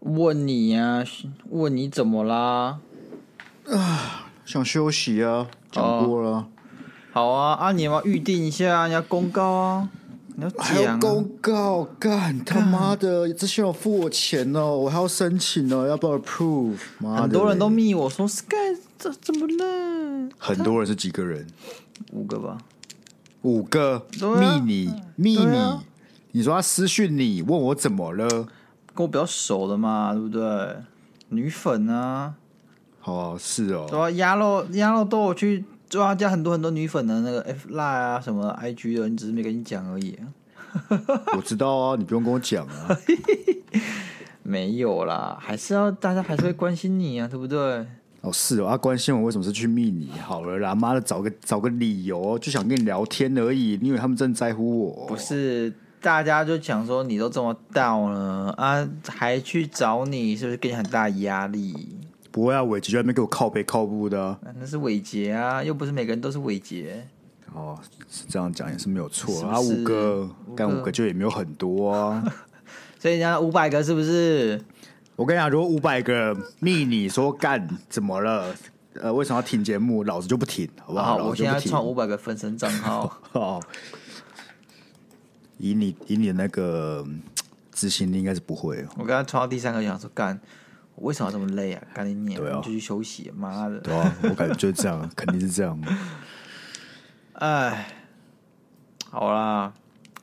问你呀、问你怎么啦？想休息啊，讲过了哦啊，好啊，啊，你们预定一下，你要公告啊，你要还讲、要啊。公告，干他妈的，这些人付我钱哦，我还要申请哦，要不要 approve？妈的，很多人都密我说 Sky 这怎么了？很多人是几个人？五个吧，五个对啊密你密对你啊，你说他私讯你问我怎么了？跟我比较熟的嘛，对不对？女粉啊，哦，是对啊哦，吧、鸭肉鸭肉都有去抓加很多很多女粉的那个 F l 啊什么 IG 的，你只是没跟你讲而已啊、我知道啊，你不用跟我讲啊。没有啦，还是要大家还是会关心你啊，对不对？哦，是哦，啊，关心我为什么是去密你？好了啦，妈的，找个找个理由，哦就想跟你聊天而已。你以为他们真的在乎我？不是，大家就讲说你都这么到了啊，还去找你，是不是给你很大压力？不会啊，伟杰就在那边给我靠背靠步的啊、啊那是伟杰啊，又不是每个人都是伟杰。哦，是这样讲也是没有错是不啊。是五个五干个五个就也没有很多啊。 所以人家五百个是不是？我跟你讲，如果五百个密你说干怎么了？呃，为什么要停节目？老子就不停，好不好？好，老我子现就不在停。创五百个分身账号， 哦，以你以你的那个嗯执行力，应该是不会哦。我刚刚创到第三个，想说干，我为什么要这么累啊？赶紧念，对啊你就去休息，妈的，对啊，我感觉就是这样，肯定是这样。哎，好啦，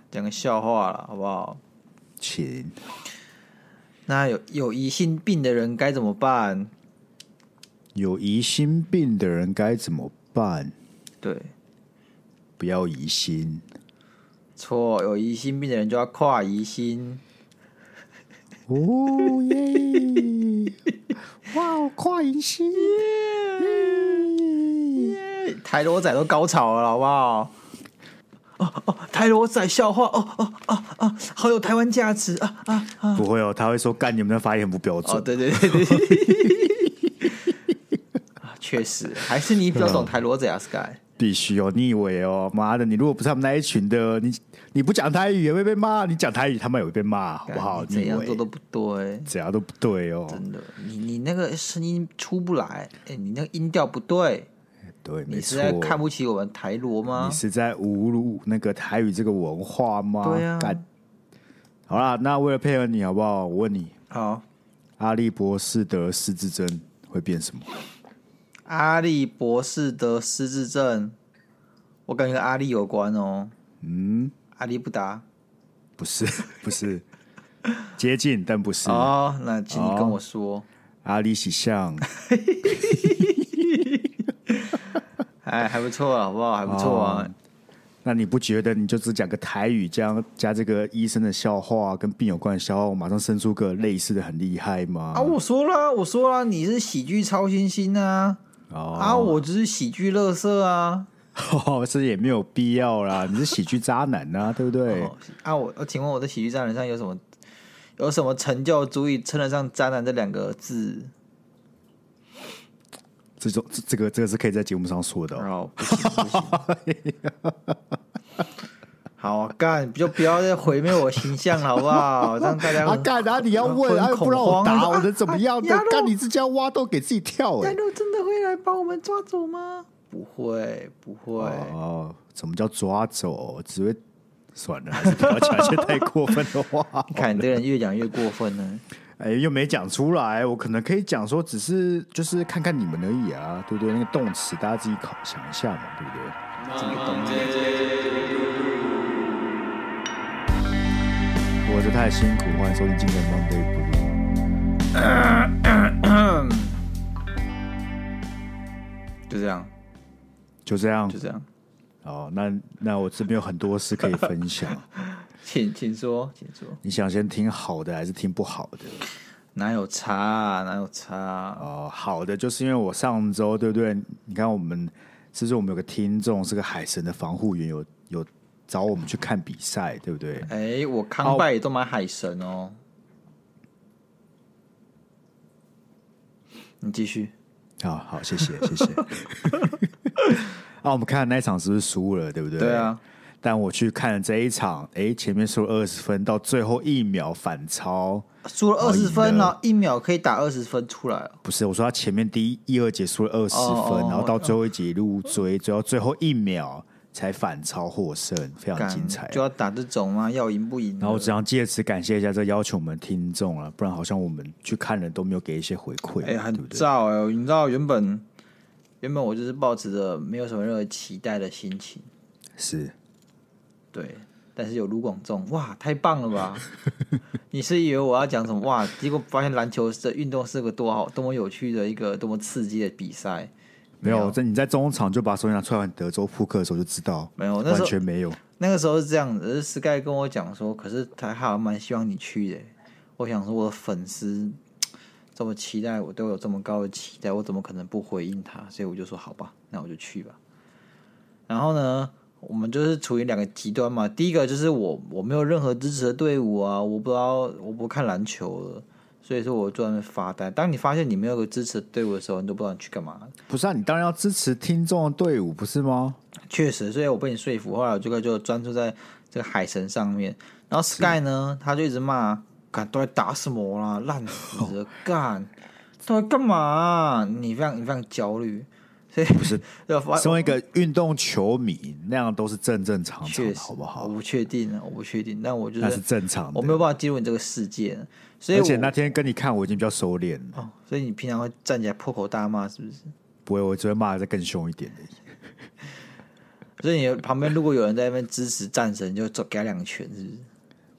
讲个笑话啦，好不好？请那有有疑心病的人该怎么办？有疑心病的人该怎么办？对，不要疑心。错，有疑心病的人就要跨疑心。哦耶！哇哦，跨疑心。耶哎台罗仔都高潮了，好不好？哦哦，台罗仔笑话，哦哦哦哦，好有台湾价值啊啊！不会哦，他会说干你们的发音很不标准。哦，对对对对， 啊，确实，还是你比较懂台罗 仔啊，Sky。必须哦，你以为哦，妈的，你如果不是他们那一群的，你你不讲台语也会被骂，你讲台语他们也会被骂，好不好？干你你怎以样为做都不对，怎样都不对哦，真的，你你那个声音出不来，哎，你那个音调不对，对，没你是错。在看不起我们台罗吗你？是在侮辱那个台语这个文化吗？对啊干好啦，那为了配合你好不好？我问你，好，阿笠博士得失智症会变什么？阿笠博士得失智症，我感觉跟阿笠有关哦。嗯，阿笠不达不是， 不是，接近但不是。哦哦，那请你跟我说。阿笠喜像，哎，还不错啊，好不好？还不错啊。那你不觉得你就只讲个台语，加加这个医生的笑话跟病有关的笑话，我马上生出个类似的很厉害吗？啊，我说了，我说了，你是喜剧超新星啊！啊，哦，我只是喜剧乐色啊！这哦也没有必要啦， 你是喜剧渣男啊，对不对？哦啊，我呃请问我的喜剧渣男上有什么有什么成就足以称得上“渣男”这两个字？这种这这个这个是可以在节目上说的、哦。然后不行不行， 好啊干，就不要再毁灭我形象了，好不 好？让大家啊，干啊！你要问，很啊，不让我恐慌答，啊我能怎么 样啊呢鸭？肉干你自己要挖洞给自己跳哎、丹路真的会来把我们抓走吗？不会，不会。哦，什么叫抓走？只会算了，还是不要讲一些太过分的话。你看你这个人越讲越过分呢。哎、又没讲出来，我可能可以讲说，只是就是看看你们而已啊，对不对？那个动词大家自己考想一下嘛，对不对？哦活着太辛苦，欢迎收听今天的 Monday Blue。就这样，就这样就这样，哦，那那我这边有很多事可以分享，请请说，请说。你想先听好的还是听不好的？哪有差、啊？哪有差、啊？哦，好的，就是因为我上周对不对？你看我们是不是我们有个听众是个海神的防护员，有有找我们去看比赛，对不对？哎、我康拜也都买海神哦。你继续。好好， 啊谢谢谢谢。啊，我们看那一场是不是输了，对不对？对。啊，但我去看了这一场，哎，前面输了二十分，到最后一秒反超，输了二十分赢了了，一秒可以打二十分出来哦。不是我说他前面第一一二节输了二十分，哦哦然后到最后一节一路追，追到最后一秒才反超获胜，非常干精彩。就要打这种吗？要赢不赢的？然后我只想借此感谢一下这要求我们听众了，不然好像我们去看了都没有给一些回馈，哎、对不很对？燥哎、你知道原本原本我就是抱持着没有什么任何期待的心情，是对。但是有卢广仲，哇，太棒了 吧！你是以为我要讲什么哇？结果发现篮球这运动是个多好、多么有趣的一个、多么刺激的比赛。没有在你在中场就把手机拿出来玩德州扑克的时候就知道，没哦有那时候完全没有。那个时候是这样子，Sky 跟我讲说，可是他还蛮希望你去的。我想说，我的粉丝这么期待我，对我有这么高的期待，我怎么可能不回应他？所以我就说好吧，那我就去吧。然后呢，我们就是处于两个极端嘛。第一个就是我我没有任何支持的队伍啊，我不知道我不看篮球了，所以说我坐在那边发呆。当你发现你没有个支持的队伍的时候，你都不知道你去干嘛。不是啊，你当然要支持听众的队伍，不是吗？确实，所以我被你说服，后来我这个就专注在这个海神上面。然后 Sky 呢，他就一直骂，干都在打什么啦，烂死了，干到底干嘛啊、你非常你非常焦虑，所以不 是身为一个运动球迷，那样都是正正常常确的，实好不我好？不确定，啊我不确定，但我就那是是正常我没有的。办法进入你这个世界，所以而我且那天跟你看，我已经比较收敛了，哦，所以你平常会站起来破口大骂，是不是？不会，我只会骂的再更凶一点的。所以你旁边如果有人在那边支持战神，你就走给他两拳，是不是？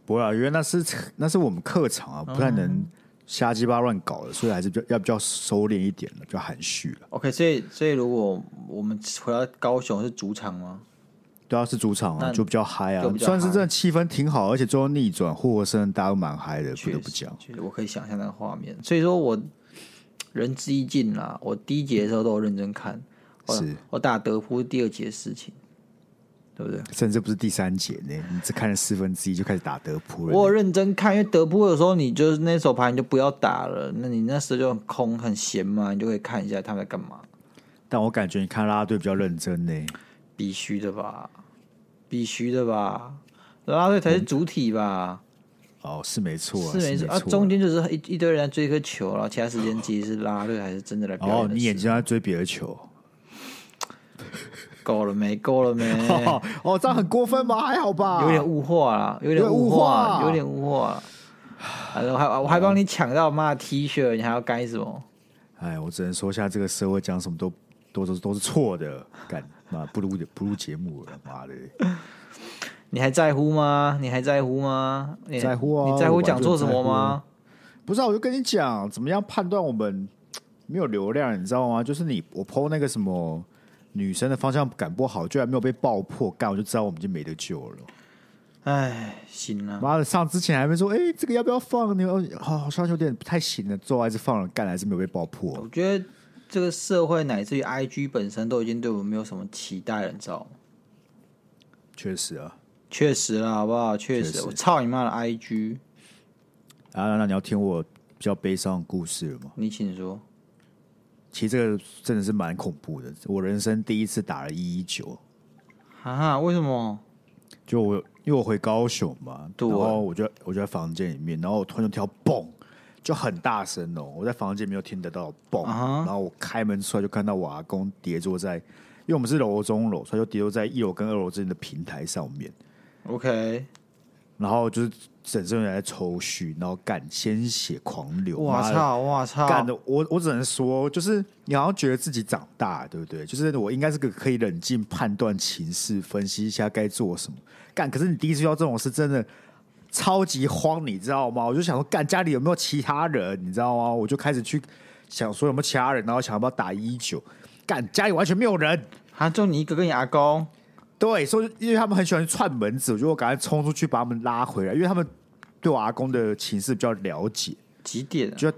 不会啊，因为那是那是我们客场嗯啊，不太能瞎鸡巴乱搞的，所以还是比较要比较收敛一点的，比较含蓄了。 OK，所以所以如果我们回到高雄是主场吗？对啊，是主场啊，那就比较嗨啊就比，较嗨算是真的气氛挺好，而且最后逆转获胜，大家都蛮嗨的，不确得实，不讲。确实我可以想象那个画面。所以说我仁至义尽啦，我第一节的时候都有认真看，我是我打德扑是第二节的事情，对不对？甚至不是第三节呢，你只看了四分之一就开始打德扑了。我有认真看，因为德扑有时候你就是那手牌你就不要打了，那你那时候就很空很闲嘛，你就可以看一下他们在干嘛，但我感觉你看啦啦队比较认真呢。必须的吧，必须的吧，啦啦队才是主体吧。哦，是没错、啊，是没错啊，啊。中间就是一一堆人在追颗球，然后其他时间其实是啦啦队还是真的来表演的哦，事。你眼睛在追别的球，够了没？够 了没？哦哦，这样很过分吗？还好吧，哎有点物化啦，有点物啊化，有点物化啦。然后还我还帮你抢到妈的 T 恤，你还要干什么？哎，我只能说，现在这个社会讲什么都都都都是错的，干 妈不录不录节目了，妈的！你还在乎吗？你还在乎吗？你在乎啊你在乎讲错什么吗？不是、啊，我就跟你讲，怎么样判断我们没有流量，你知道吗？就是你我剖那个什么女生的方向感不好，居然没有被爆破，干我就知道我们已经没得救了。哎，行了，妈的，上之前还没说，哎、这个要不要放？你哦好好像有点不太行了，最后还是放了，干还是没有被爆破。我觉得这个社会乃至于 IG 本身都已经对我们没有什么期待了，你知道吗？确实啊，确实啦，好不好？确确实，实我操你妈的 IG！啊，那那你要听我比较悲伤的故事了吗？你请说，其实这个真的是蛮恐怖的，我人生第一次打了一一九，啊？为什么？就我因为我回高雄嘛，对然后我就我就在房间里面，然后我突然就听到嘣，就很大声哦，我在房间没有听得到嘣，啊哈然后我开门出来就看到我阿公跌坐在，因为我们是楼中楼，所以就跌坐在一楼跟二楼之间的平台上面， OK，然后就是整身人在抽搐，然后干鲜血狂流，我妈的操，我操，干的，我我只能说，就是你好像觉得自己长大，对不对？就是我应该是个可以冷静判断情势、分析一下该做什么。干，可是你第一次遇到这种事，真的超级慌，你知道吗？我就想说，干家里有没有其他人，你知道吗？我就开始去想说有没有其他人，然后想要不要打一九。干，家里完全没有人。啊，就你一个跟你阿公，对，所以因为他们很喜欢去串门子，我就我赶快冲出去把他们拉回来，因为他们对我阿公的情势比较了解。几点啊？就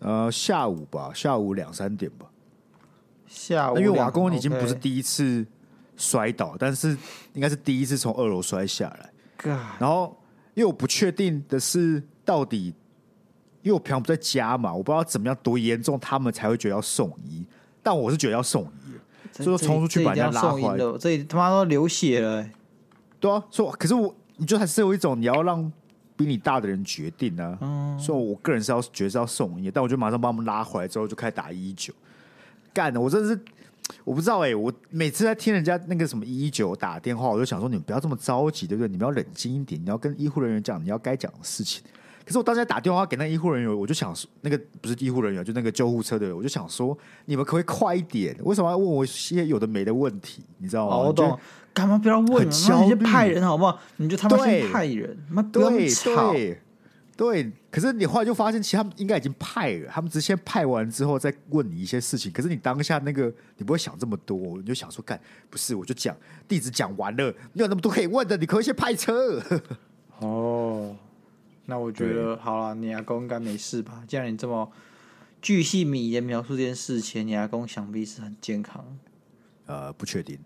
呃，下午吧，下午两三点吧。下午啊两，那因为我阿公已经不是 OK 第一次摔倒，但是应该是第一次从二楼摔下来。 God，然后，因为我不确定的是到底，因为我平常不在家嘛，我不知道怎么样多严重，他们才会觉得要送医。但我是觉得要送医，所以说冲出去把人家拉这一定要回送来医。的，这他妈都流血了、欸对啊，说可是我，你就还是有一种你要让比你大的人决定啊。嗯所以我个人是要觉得是要送医的，但我就马上把他们拉回来之后就开始打一一九。干的，我真的是我不知道哎、我每次在听人家那个什么一一九打电话，我就想说你们不要这么着急，对不对？你们要冷静一点，你要跟医护人员讲你要该讲的事情。可是我当时在打电话给那个医护人员，我就想说，那个不是医护人员，就那个救护车的人，我就想说，你们可不可以快一点？为什么要问我一些有的没的问题？你知道吗？哦，我就懂。干嘛不要问很了？焦那你就虑派人好不好？你就他妈对先派人，妈不要那么对吵。对对，可是你后来就发现，其实他们应该已经派了，他们只是先派完之后再问你一些事情。可是你当下那个你不会想这么多，你就想说，干不是，我就讲地址讲完了，没有那么多可以问的，你可不可以先派车。哦，那我觉得好了，你阿公应该没事吧？既然你这么巨细靡遗的描述这件事情，你阿公想必是很健康。呃，不确 定。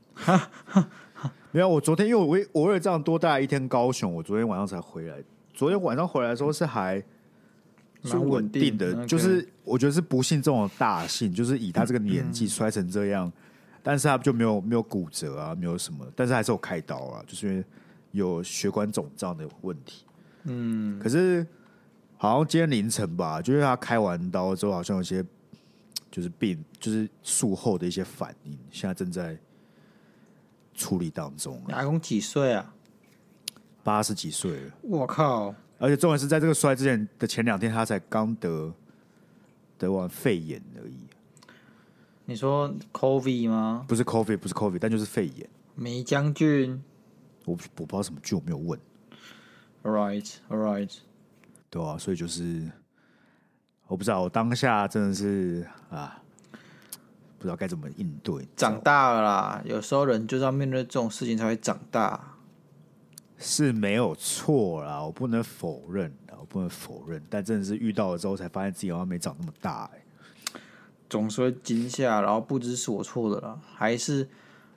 没有，我昨天因为我为我为了这样多待了一天高雄，我昨天晚上才回来。昨天晚上回来的时候是还蛮蛮稳稳定定的， OK 就是我觉得是不幸中的大幸，就是以他这个年纪摔成这样，但是他就没有没有骨折啊，没有什么，但是还是有开刀啊，就是因为有血管肿胀的问题。嗯，可是好像今天凌晨吧，就是他开完刀之后，好像有些就是病，就是术后的一些反应，现在正在处理当中你。阿公几岁啊？八十几岁了，我靠！而且重点是在这个摔之前的前两天，他才刚得得完肺炎而已，你说 COVID 吗？不是 COVID，不是 COVID，但就是肺炎。梅将军我不我不知道什么剧，我没有问， ，all right，all right，对啊，所以就是我不知道，我当下真的是啊，不知道该怎么应对。长大了啦。有时候人就是要面对这种事情才会长大。是没有错啦，我不能否认啦，我不能否认。但真的是遇到了之后，才发现自己好像没长那么大、欸。总是会惊吓，然后不知所措的啦，还是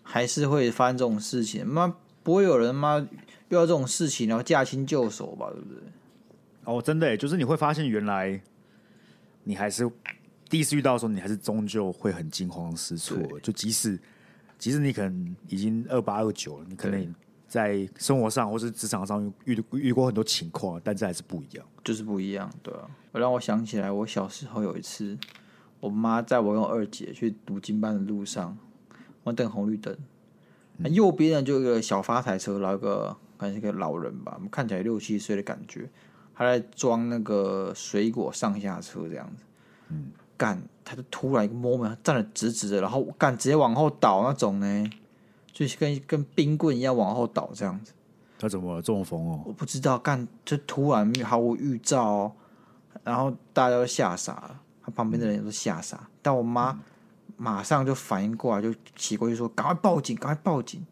还是会发生这种事情。妈，不会有人妈遇到这种事情然后驾轻就熟吧？对不对？哦，真的、欸，就是你会发现原来你还是第一次遇到的时候，你还是终究会很惊慌失措。就即使即使你可能已经二八二九了，你可能在生活上或是职场上遇遇遇过很多情况，但这还是不一样。就是不一样，对啊。我让我想起来，我小时候有一次，我妈载我跟我二姐去读经班的路上，我等红绿灯，那右边呢就有一个小发财车，然后一个可能是个老人吧，看起来六七十岁的感觉，他在装那个水果上下车这样子。嗯，干，他就突然一个 moment 他站得直直的，然后干直接往后倒那种呢，就是跟跟冰棍一样往后倒这样子。他怎么了中风哦？我不知道，干就突然毫无预兆哦，然后大家都吓傻了，他旁边的人也都吓傻，但我妈马上就反应过来，就骑过去说：“赶快报警，赶快报警！”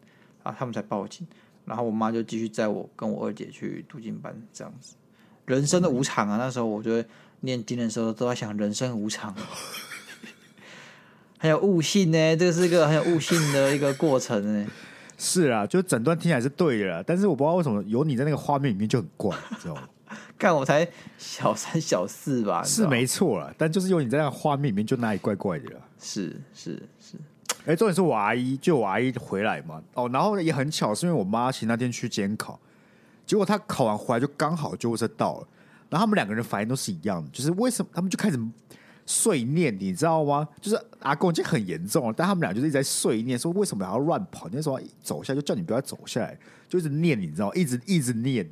然后他们才报警，然后我妈就继续载我跟我二姐去读经班，这样子。人生的无常啊，那时候我觉得念经的时候都在想人生无常， 很有悟性呢，这是一个很有悟性的一个过程呢。是啊，就诊断听起来是对的啦，但是我不知道为什么有你在那个画面里面就很怪，你知道吗？干我才小三小四吧，你知是道吗没错啦，但就是有你在那个画面里面就哪里怪怪的啦。是是是，哎、重点是我阿姨，就我阿姨回来嘛，哦，然后也很巧，是因为我妈其实那天去监考，结果她考完回来就刚好救护车到了，然后他们两个人反应都是一样的，就是为什么他们就开始碎念，你知道吗？就是阿公已经很严重了，但他们俩就是一直在碎念，说为什么还要乱跑？那时候走下来就叫你不要走下来，就一直念，你知道吗，一直一直念，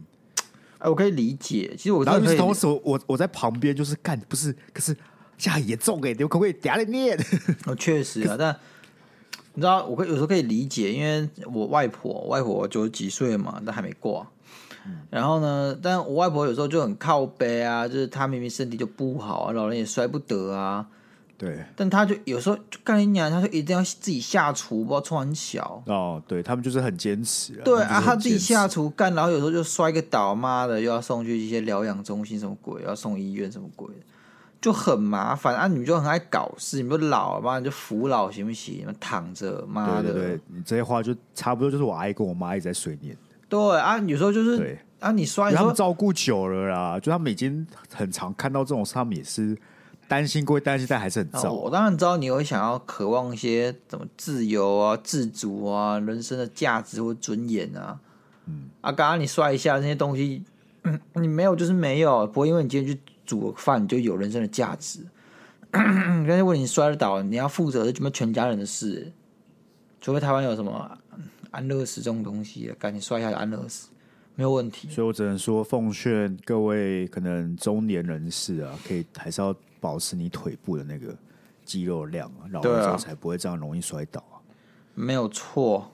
哎，我可以理解。其实我然真的可后就是以理同时我我我在旁边就是干不是，可是现在很严重哎、你们可不可以等一下再念？哦，确实啊，但你知道，我可以有时候可以理解，因为我外婆，我外婆九十几岁嘛，但还没挂。嗯然后呢，但我外婆有时候就很靠背啊，就是她明明身体就不好啊，老人也摔不得啊，对。但她就有时候就干你娘，她就一定要自己下厨，不知道冲很小。哦，对他们就是很坚持啊。对们就是啊，很她自己坚持下厨干，然后有时候就摔个倒，妈的，又要送去一些疗养中心什么鬼，要送医院什么鬼的，就很麻烦啊！你们就很爱搞事，你们就老了嘛，你就服老行不行？你们躺着，妈对的，对对，你这些话就差不多就是我阿姨跟我妈一直在碎念。对啊，有时候就是对，啊，你摔因为你他说们照顾久了啦，就他们已经很常看到这种事，他们也是担心归担心，但还是很那糟。我当然知道你会想要渴望一些怎么自由啊、自主啊、人生的价值或尊严啊。嗯，啊，刚刚你刷一下那些东西，嗯你没有就是没有，不会因为你今天去煮个饭，你就有人生的价值。 但是问你摔倒，你要负责的是全部全家人的事，除非台湾有什么安乐死这种东西，赶紧摔一下就安乐死，没有问题。所以我只能说，奉劝各位可能中年人士啊，可以还是要保持你腿部的那个肌肉量啊，老对了啊之后才不会这样容易摔倒啊。没有错，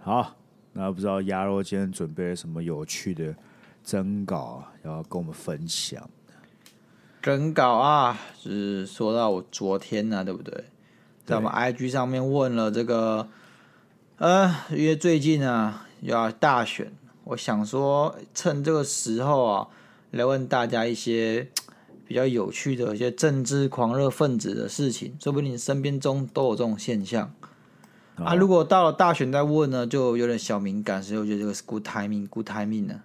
好，那不知道鸭肉今天准备了什么有趣的征稿啊，要跟我们分享？征稿啊，是说到我昨天呢、对不对？在我们 IG 上面问了这个，呃，因为最近啊又要大选，我想说趁这个时候啊，来问大家一些比较有趣的一些政治狂热分子的事情，说不定你身边中都有这种现象。哦啊，如果到了大选再问呢，就有点小敏感，所以我觉得这个是 good timing，good timing 呢、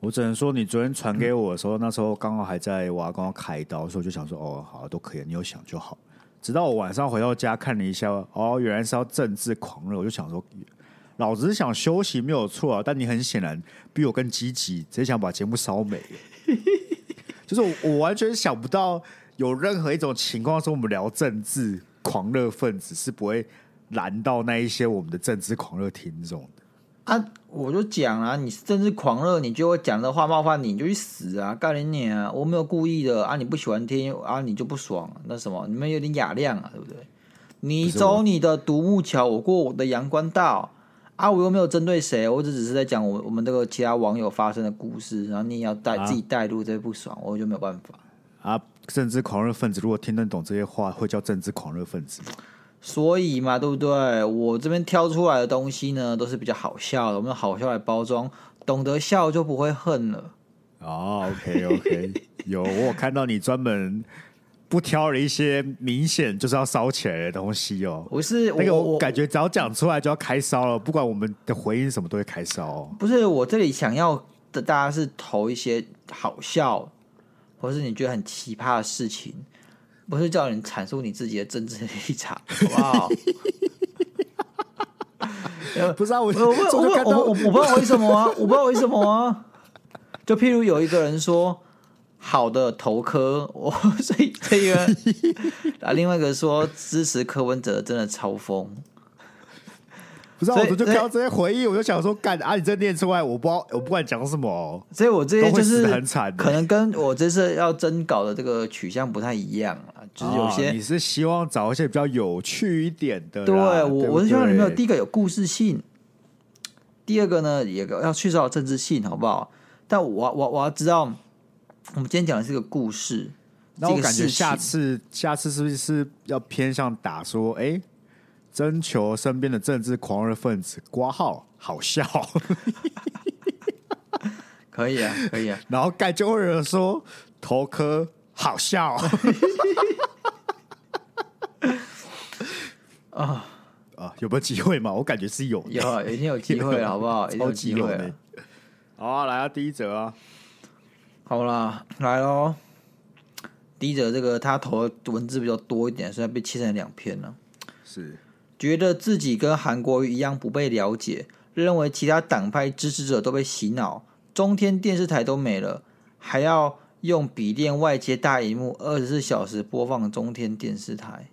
我只能说，你昨天传给我的时候，那时候刚好还在挖，刚好开刀，所以我就想说，哦，好，都可以，你有想就好。直到我晚上回到家看了一下，哦，原来是要政治狂热，我就想说，老子是想休息没有错啊，但你很显然比我更积极，只是想把节目烧没。 就是我我完全想不到有任何一种情况说我们聊政治狂热分子是不会拦到那一些我们的政治狂热听众的。啊，我就讲啊，你政治狂热，你就会讲的话冒犯你，你就去死啊！干你你啊！我没有故意的啊！你不喜欢听啊，你就不爽，那什么，你们有点雅量啊，对不对？你不是我走你的独木桥，我过我的阳关道啊！我又没有针对谁，我只只是在讲我我们这个其他网友发生的故事，然后你也要带、啊自己带入这不爽，我就没有办法。啊，政治狂热分子如果听得懂这些话，会叫政治狂热分子吗。所以嘛，对不对？我这边挑出来的东西呢，都是比较好笑的，我们用好笑来包装，懂得笑就不会恨了。哦，OK OK，有 我有看到你专门不挑了一些明显就是要烧起来的东西哦。我是那个我我感觉只要讲出来就要开烧了，不管我们的回应什么都会开 烧、哦。不是我这里想要的，大家是投一些好笑，或是你觉得很奇葩的事情，不是叫你阐述你自己的政治立场，好不 好？不是啊， 我我我这就看我我到我不知道为什么啊，我不知道为什么啊。就譬如有一个人说好的投科，我所以这个，啊，另外一个说支持柯文哲真的超疯，不是啊，所我以就看到这些回忆，我就想说，干啊，你这念出来，我不知道，我不管讲什么、哦。所以我这些都会就死是得很惨的可能跟我这次要征稿的这个取向不太一样啊，就是有些、哦你是希望找一些比较有趣一点的啦。对我，对不我是希望你们有对第一个有故事性，第二个呢也要去找政治性，好不好？但我我我要知道，我们今天讲的是个故事，那这我个感事觉情下次下次是不是要偏向打说，哎、征求身边的政治狂热分子挂号好笑， 可以啊，可以啊。然后盖就会有人说头科 好笑啊 啊，有没有机会嘛？我感觉是有的。有啊，已经有机会了，好不 好？已经有超级机有会啊的了。好啊，来啊，第一则啊，好啦，来喽。第一则这个他投的文字比较多一点，所以他被切成两篇了。是觉得自己跟韩国瑜一样不被了解，认为其他党派支持者都被洗脑，中天电视台都没了，还要用笔电外接大荧幕，二十四小时播放中天电视台。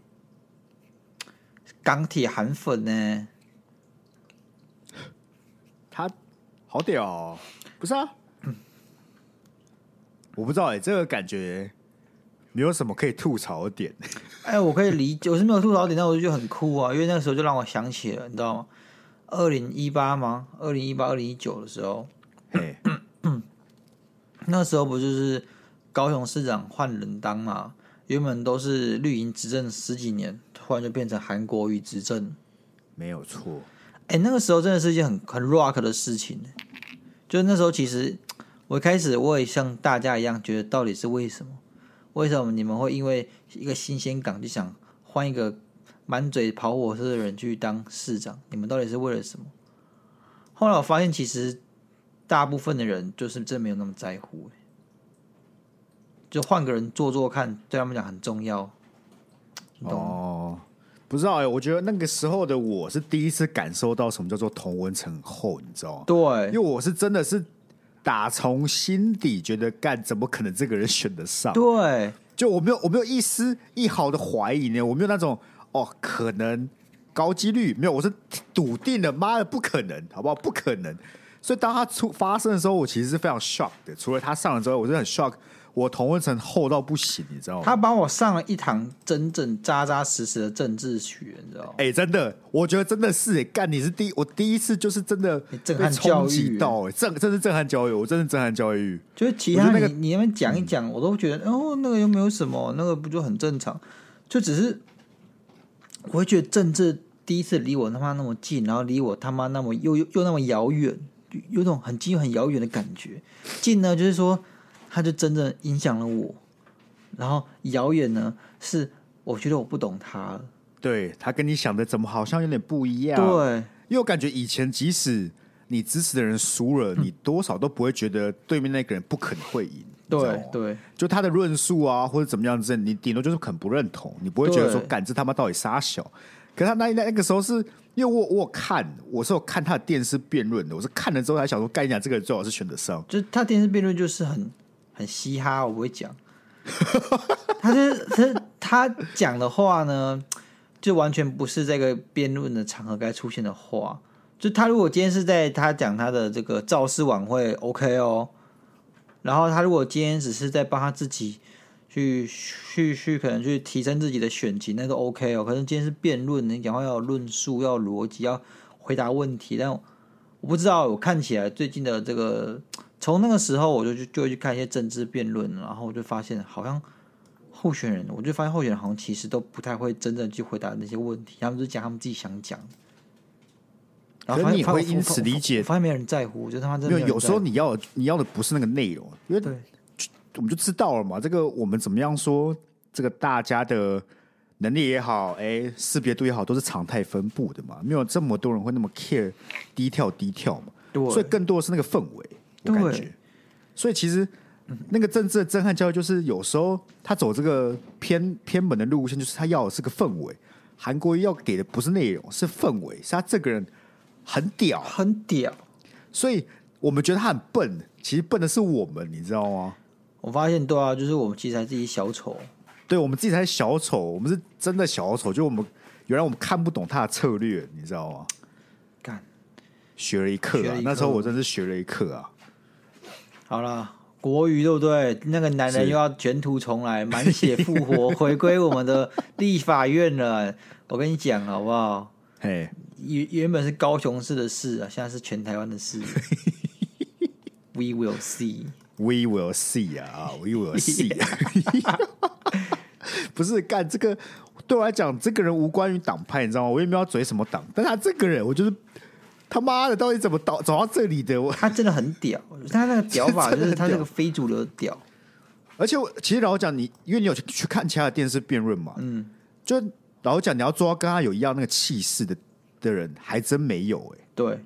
港铁韩粉呢？他好屌、哦，不是啊？我不知道哎、这个感觉没有什么可以吐槽的 点。哎，我可以理解，我是没有吐槽点，但我就觉得很酷啊，因为那个时候就让我想起了，你知道吗？二零一八吗？二零一八、二零一九的时候，哎，那时候不就是高雄市长换人当嘛？原本都是绿营执政十几年，突然就变成韩国瑜执政。没有错，哎、那个时候真的是一件很很 rock 的事情呢。就是那时候，其实我一开始我也像大家一样，觉得到底是为什么？为什么你们会因为一个新鲜感就想换一个满嘴跑火车的人去当市长？你们到底是为了什么？后来我发现，其实大部分的人就是真的没有那么在乎、欸就换个人做做看，对他们讲很重要。你懂吗？哦，不知道哎、我觉得那个时候的我是第一次感受到什么叫做同文层厚，你知道吗？因为对我是真的是打从心底觉得，干怎么可能这个人选得上？对，就我没有我没有一丝一毫的怀疑呢，我没有那种哦可能高几率没有，我是笃定的，妈的不可能，好不好？不可能。所以当它出发生的时候，我其实是非常 shock 的。除了他上了之外，我是很 shock，我同温层厚到不行，你知道嗯吗？他把我上了一堂真正扎扎实实的政治学，你知道吗？哎、真的，我觉得真的是哎、干你是第一我第一次就是真的你哎震撼被冲教育击哎到哎、震真是震撼教育，我真的震撼教育。就是其我觉他你、得那个嗯你那边讲一讲，我都觉得哦，那个又没有什么，那个不就很正常？就只是我会觉得政治第一次离我他妈那么近，然后离我他妈那么又又又那么遥远，有有种很近又很遥远的感觉。近呢，就是说它就真正影响了我，然后遥远呢，是我觉得我不懂它了。对他跟你想的怎么好像有点不一样？，对，因为我感觉以前即使你支持的人输嗯了，你多少都不会觉得对面那个人不可能会赢。你知道吗对，对，就他的论述啊，或者怎么样子，你顶多就是很不认同，你不会觉得说对，感知他妈到底傻小。可是他那那那个时候是因为我我有看，我是有看他的电视辩论的，我是看了之后才想说，干你讲这个人最好是选得上。就是他电视辩论就是很很嘻哈，我不会讲。他就是他他讲的话呢，就完全不是这个辩论的场合该出现的话。就他如果今天是在他讲他的这个造势晚会，OK 哦。然后他如果今天只是在帮他自己去去去可能去提升自己的选情，那都 OK 哦。可是今天是辩论，你讲话要有论述，要有逻辑，要回答问题。但我不知道，我看起来最近的这个从那个时候我就去就会去看一些政治辩论，然后我就发现好像候选人，我就发现候选人好像其实都不太会真正去回答那些问题，他们就讲他们自己想讲。然后可发是现你发会我因此我理解我发现没有人在乎，就他妈真的因为没有人时候在乎你要你要的不是那个内容，因为对我们就知道了嘛。这个我们怎么样说，这个大家的能力也好，哎、识别度也好，都是常态分布的嘛。没有这么多人会那么 care 低调低调嘛。对所以更多的是那个氛围，我感觉对。所以其实那个政治的震撼教育，就是有时候他走这个偏偏门的路线，就是他要的是个氛围。韩国瑜要给的不是内容，是氛围，是他这个人很屌，很屌。所以我们觉得他很笨，其实笨的是我们，你知道吗？我发现对啊，就是我们其实还是一小丑，对我们自己才是小丑，我们是真的小丑，就我们原来我们看不懂他的策略，你知道吗？干学了一课学啊了一，那时课候我真的是学了一课啊。好啦，国语对不对？那个男人是又要卷土重来，满血复活，回归我们的立法院了。我跟你讲好不好？嘿，原原本是高雄市的事啊，现在是全台湾的事。We will see。 We will see 啊，We will see 啊。不是干这个，对我来讲，这个人无关于党派，你知道吗？我也没有要追什么党，但他这个人，我就是他妈的，到底怎么导走到这里的？我他真的很屌，他那个屌法就真的是很他那屌个非主流的屌。而且我其实老实讲你，因为你有去去看其他的电视辩论嘛，嗯，就老实讲你要做到跟他有一样那个气势的的人，还真没有哎、对，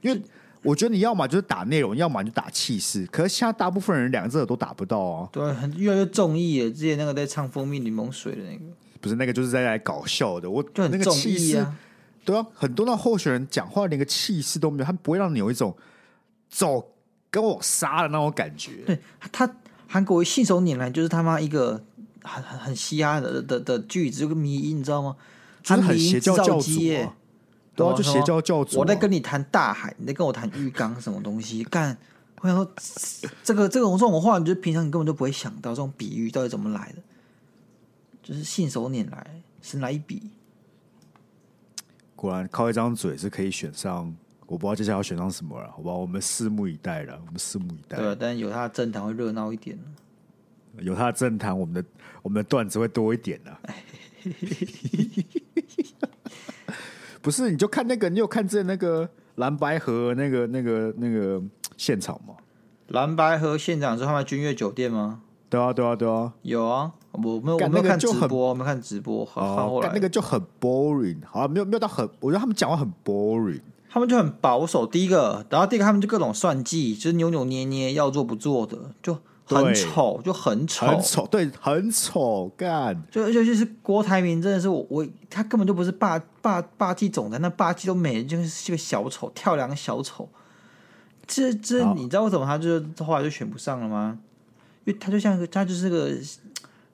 因为我觉得你要么就是打内容，要么你就打气势，可是现在大部分人两者都打不到哦、对，啊很越来越中意了。之前那个在唱蜂蜜柠檬水的那个，不是那个就是在来搞笑的，我就很那个中气意势，啊。对啊，很多那候选人讲话连个气势都没有，他不会让你有一种走跟我杀的那种感觉，对他，韩国瑜信手拈来就是他妈一个很很很嘻哈的的的句子，就跟迷音，你知道吗？就是他很迷音邪教制造教机主耶啊，对懂啊，吗就邪教教主啊、我在跟你谈大海，你在跟我谈浴缸什么东西？干，我想说这个这种这种话，你就平常你根本就不会想到这种比喻到底怎么来的，就是信手拈来，神来一笔。果然靠一张嘴是可以选上，我不知道接下来要选上什么了，好吧？我们拭目以待了，我们拭目以待。对啊，但有他的政坛会热闹一点。有他的政坛，我们的我们的段子会多一点啊 呢、不是，你就看那个，你有看这那个蓝白河那个那个那个现场吗？蓝白河县长是他们君悦酒店吗？对啊，对啊，对啊。有啊，我没有我干没有那个看直就很播，我没有看直播，很后哦，来但那个就很 boring，好、啊，没有没有到很，我觉得他们讲话很 boring。他们就很保守。第一个，然后第二个，他们就各种算计，就是扭扭捏捏，要做不做的，就很对丑，就很丑，很丑，对，很丑，干，就尤其是郭台铭，真的是我我他根本就不是霸霸霸气总裁，那霸气都没，就是个小丑，跳梁小丑。这这好你知道为什么他就后来就选不上了吗？因为他就像个他就是个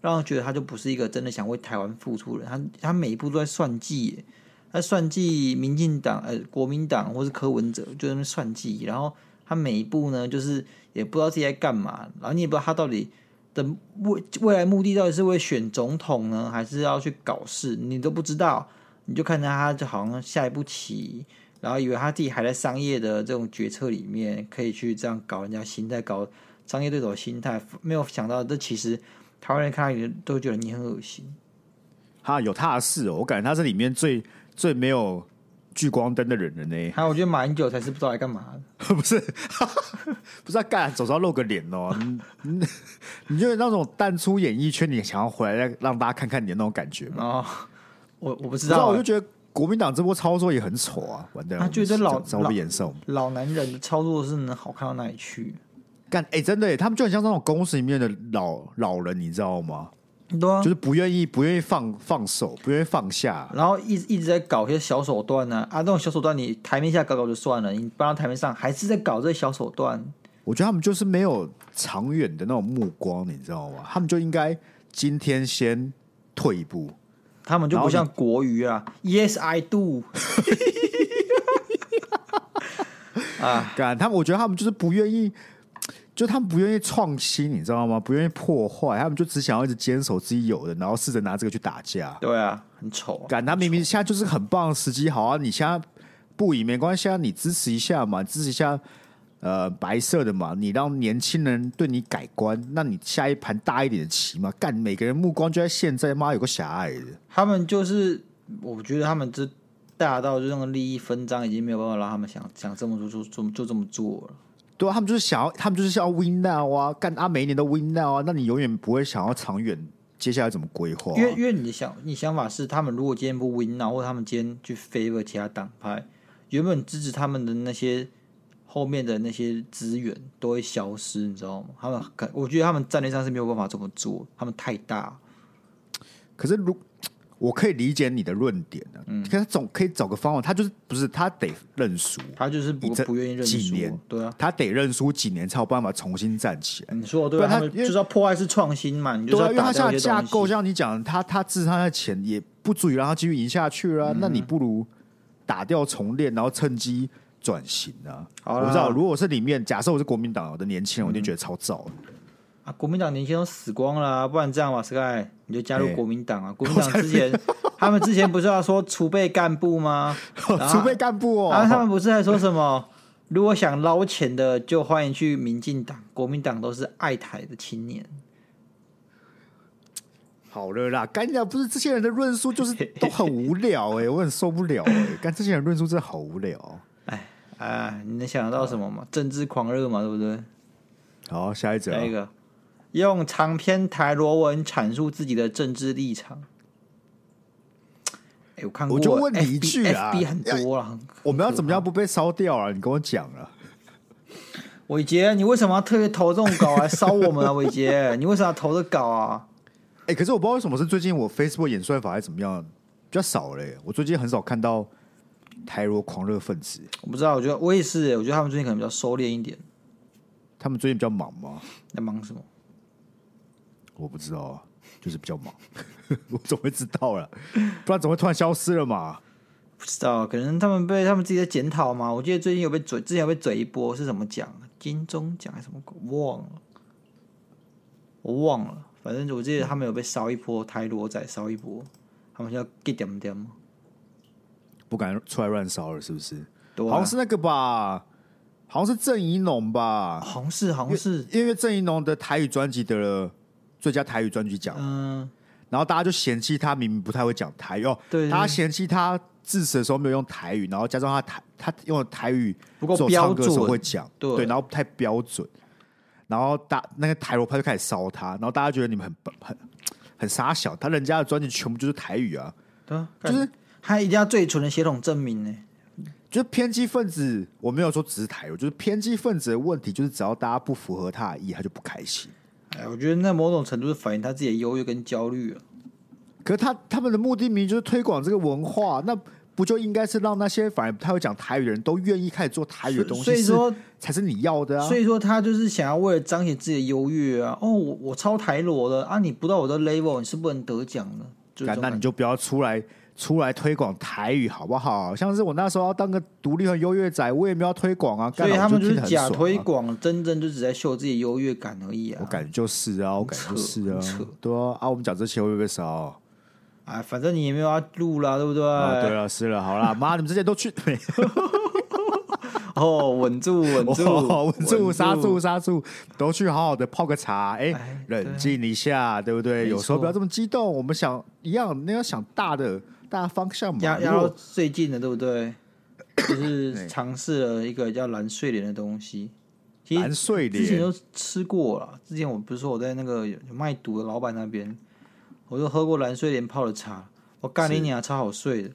让人觉得他就不是一个真的想为台湾付出的人，他他每一步都在算计耶，他算计民进党呃国民党或是柯文哲，就在那边算计，然后他每一步呢就是也不知道自己在干嘛，然后你也不知道他到底的未未来目的到底是为选总统呢，还是要去搞事，你都不知道，你就看着他就好像下一步棋，然后以为他自己还在商业的这种决策里面，可以去这样搞人家心态，搞商业对手的心态，没有想到这其实台湾人看到你都觉得你很恶心。他有他的事哦，我感觉他是里面最最没有聚光灯的人了呢。还有，我觉得马英九才是不知道来干嘛的。不是，不是要干，总是要露个脸哦。你你你就是那种淡出演艺圈，你想要回来让大家看看你的那种感觉吗？哦， 我我不知不知道，道我就觉得国民党这波操作也很丑啊，完蛋了，他觉得老怎么被延寿？老男人的操作是能好看到哪里去？干哎、真的耶，他们就很像那种公司里面的老老人，你知道吗？对啊就，是不愿意不愿意放放手，不愿意放下。然后一直一直在搞一些小手段呢、啊，这种小手段你台面下搞搞就算了，你搬到台面上还是在搞这些小手段。我觉得他们就是没有长远的那种目光，你知道吗？他们就应该今天先退一步。他们就不像国语啊，Yes I do，干，他们我觉得他们就是不愿意，就他们不愿意创新，你知道吗？不愿意破坏，他们就只想要一直坚守自己有的，然后试着拿这个去打架。对啊，很丑、啊，干，他明明现在就是很棒的时机，好啊，你现在不赢没关系啊，你支持一下嘛，支持一下。呃，白色的嘛，你让年轻人对你改观，那你下一盘大一点的棋嘛，干，每个人目光就在现在，妈有个狭隘的，他们就是，我觉得他们这大到就那个利益分赃已经没有办法让他们想想这么做就就就这么做了。对啊，他们就是想要，他们就是要 win now 啊，干啊，每一年都 win now 啊，那你永远不会想要长远接下来怎么规划啊、因为因为你的想你想法是，他们如果今天不 win now，或者他们今天去 favor 其他党派，原本支持他们的那些后面的那些资源都会消失，你知道吗？他们可我觉得他们战略上是没有办法这么做，他们太大。可是如我可以理解你的论点呢、嗯可是总可以找个方法，他就是不是他得认输，他就是不你这不愿意认几输年，对啊，他得认输几年才有办法重新站起来。你说的不对啊，然他他们因为就是要破坏式创新嘛，你就对是啊，要因为打他现掉在一些架东构，西。像你讲，他他自他的钱也不足以让他继续赢下去嗯啊。那你不如打掉重练，然后趁机转型啊。好啦我不知道，如果我是里面，假设我是国民党的年轻人，我一定觉得超燥的。啊，国民党年轻人都死光了啊、不然这样吧，Sky，你就加入哎国民 党啊。国民党之前，他们之前不是要说储备干部吗？ 然后储备干部然后啊他哦，们不是还说什么？如果想捞钱的，就欢迎去民进党、国民党，都是爱台的青年。好了啦，干讲不是这些人的论述就是都很无聊哎、我很受不了哎、干这些人论述真的好无聊哦、啊，你能想得到什么吗？政治狂热嘛，对不对？好，下一则、下一个，用长篇台罗文阐述自己的政治立场。哎，我看过，我就问你一句啊 f b 很多了。我们要怎么样不被烧掉啊？你跟我讲啊，伟杰，你为什么要特别投这种稿来烧我们啊？伟杰，你为什么要投这稿啊？哎、可是我不知道为什么是最近我 Facebook 演算法还是怎么样，比较少嘞、我最近很少看到台罗狂热分子，我不知道，我觉得我也是耶，我觉得他们最近可能比较收敛一点，他们最近比较忙吗？在忙什么？我不知道啊，就是比较忙， 我总会知道了，不然怎么会突然消失了嘛？不知道，可能他们被他们自己在检讨嘛。我记得最近有被嘴，之前有被嘴一波是什么奖？金钟奖还是什么鬼？忘了，我忘了。反正我记得他们有被烧一波，台罗仔烧一波，他们叫 get 点点嘛。不敢出来乱烧了，是不是？对、啊好像，是那个吧，好像是郑怡农吧，啊好像是，好像是，因为郑怡农的台语专辑得了最佳台语专辑奖，嗯，然后大家就嫌弃他明明不太会讲台语哦，对大家嫌弃他致辞的时候没有用台语，然后加上他台他用的台语不够只有唱歌的时标候准会讲，对然后不太标准，然后大那个台罗派就开始烧他，然后大家觉得你们很笨很很傻小，他人家的专辑全部就是台语啊，对啊，就是干他一定要最纯的血统证明呢。就是偏激分子，我没有说只是台语，就是偏激分子的问题，就是只要大家不符合他的意，他就不开心。哎，我觉得那某种程度是反映他自己的忧郁跟焦虑啊。可是他他们的目的明明就是推广这个文化，那不就应该是让那些反而不太会讲台语的人都愿意开始做台语的东西？所以说是才是你要的啊所。以说他就是想要为了彰显自己的优越啊，哦，我我超台罗的啊，你不到我的 level 你是不能得奖的，就是这干种那感你觉就不要出来出来推广台语好不好？像是我那时候要当个独立和优越仔，我也没有要推广啊。干所以他我们就是听得很假爽啊推广，真正就只在秀自己的优越感而已啊。我感觉就是啊，我感觉就是啊很扯很扯，对啊啊，我们讲这些会不会被烧？哎，反正你也没有要录啦，对不对？啊，对了，是了，好啦，妈，你们这些都去，哦，稳住， 稳住，哦稳住，刹住，刹住，都去好好的泡个茶，哎、哎冷静一下，对不对？没有时候错不要这么激动，我们想一样，那要想大的大方向嘛。压压如到果最近的，对不对？ 就是尝试了一个叫蓝睡莲的东西，其蓝实睡之前莲，都吃过了。之前我不是说我在那个有卖毒的老板那边，我就喝过蓝睡莲泡的茶，我干你娘，超好睡的。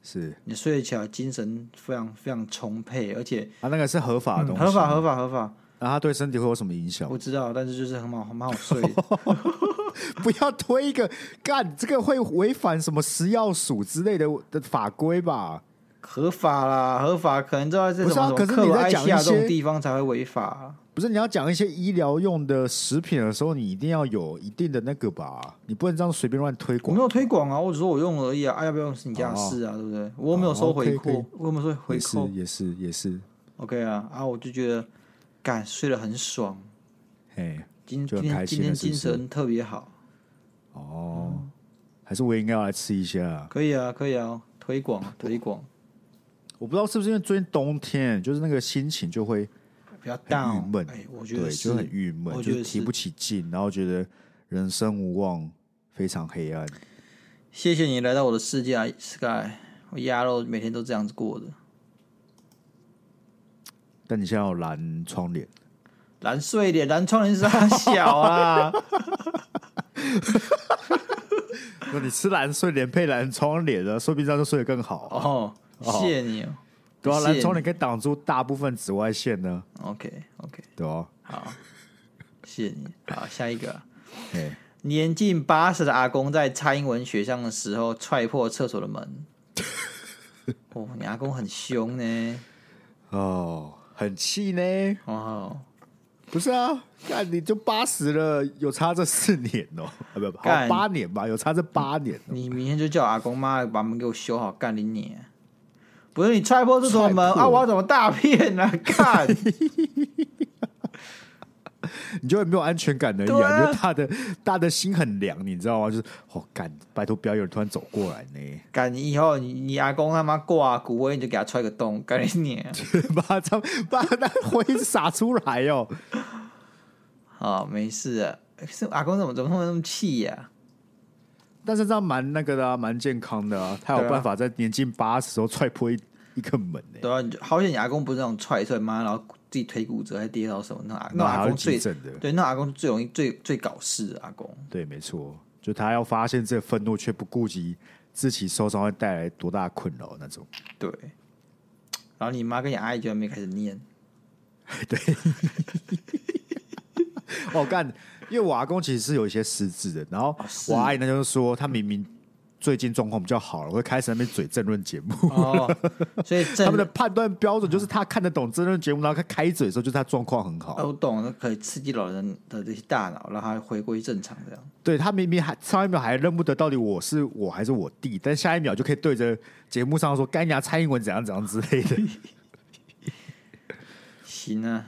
是你睡起来精神非常非常充沛，而且、啊，那个是合法的嗯东西，合法合法合法，那它对身体会有什么影响？ 我知道，但是就是很好蛮好睡的。不要推一个干，这个会违反什么食药署之类的的法规吧？合法啦，合法可能知道在什不么是啊什么可是克你罗在埃讲西亚一这种些地方才会违法啊、不是你要讲一些医疗用的食品的时候，你一定要有一定的那个吧？你不能这样随便乱推我广哦没。有推广啊，我只说我用而已啊，啊要不要用是你家的事啊，对不对？我又没有收回可以可扣以，我嗯又没有收回也是扣也是也是， ，OK 啊啊，我就觉得，感睡得很爽，嘿，今就今天很开心今天了是精不是神特别好，哦，还是我也应该要来吃一下。可以啊，可以啊，推广哦推广，我不知道是不是因为最近冬天，就是那个心情就会比较很 down，郁闷哎，我觉得对，是就很郁闷，我觉就得是提是不起劲，然后觉得人生无望，非常黑暗。谢谢你来到我的世界啊，Sky。我鸭肉每天都这样子过的，但你现在有蓝窗帘，蓝睡脸，蓝窗帘是他小 啊，那你吃蓝睡莲配蓝窗帘啊，说不定这样就睡得更好。哦，谢谢你、哦对啊，谢蓝窗帘可以挡住大部分紫外线呢， OK OK，对啊吧、好，谢谢你。好，下一个啊，嘿年近八十的阿公在蔡英文选项的时候踹破厕所的门。 哦，你阿公很凶呢。哦，很气呢。哦，不是啊，干你就八十了，有差这四年哦，啊不不，好干八年吧，有差这八年哦。你明天就叫阿公妈把门给我修好，干你你！不是你踹破厕所的门踹破啊，我要怎么大便啊？干！你就会没有安全感而已对啊，啊你就大的大的心很凉，你知道吗？就是哦，干，拜托不要有人突然走过来呢， 干你以后你你阿公他妈挂骨灰，你就给他踹个洞，干你你！把他把那灰撒出来哦。好，没事啊。是阿公怎么怎么会那么气呀、但是这样蛮那个的、啊，蛮健康的啊，他对有啊办法在年近八十时候踹破一一个门呢、对啊，你就好险你阿公不是那种踹一踹妈，然后自己腿骨折还跌倒什么，那阿那那还阿要公急最诊的，对，那阿公最容易最最搞事的阿公。对，没错，就他要发现这愤怒，却不顾及自己受伤会带来多大困扰那种。对，然后你妈跟你阿姨居然没开始念， 哦，干，因为我阿公其实是有一些失智的，然后哦是我阿姨呢就是说，他明明最近状况比较好了，会开始在那边嘴政论节目。哦， 所以他正们的判断标准就是他看得懂政论节目，然后他开嘴的时候，就是他状况很好。哦我懂，那可以刺激老人的这些大脑，让他回归正常这样。对他明明还上一秒还认不得到底我是我还是我弟，但下一秒就可以对着节目上说干你娘蔡英文怎样怎样之 类的。行啊，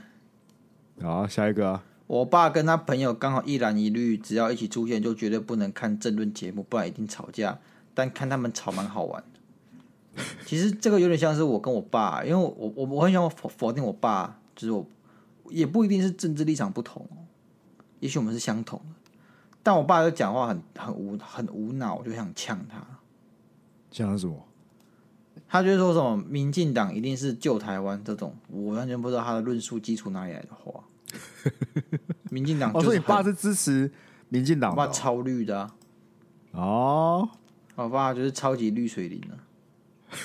好，下一个啊、我爸跟他朋友刚好一蓝一绿，只要一起出现就绝对不能看政论节目，不然一定吵架。但看他们吵蛮好玩的。其实这个有点像是我跟我爸，因为我我我很想否否定我爸，就是我也不一定是政治立场不同哦，也许我们是相同的。但我爸就讲话很很无很无脑，我就想呛他。像是什么？他就说什么民进党一定是救台湾这种，我完全不知道他的论述基础哪里来的话。民进党哦，啊就所以是你爸很是支持民进党我的爸哦超绿的、啊，哦。我爸就是超级绿水灵的、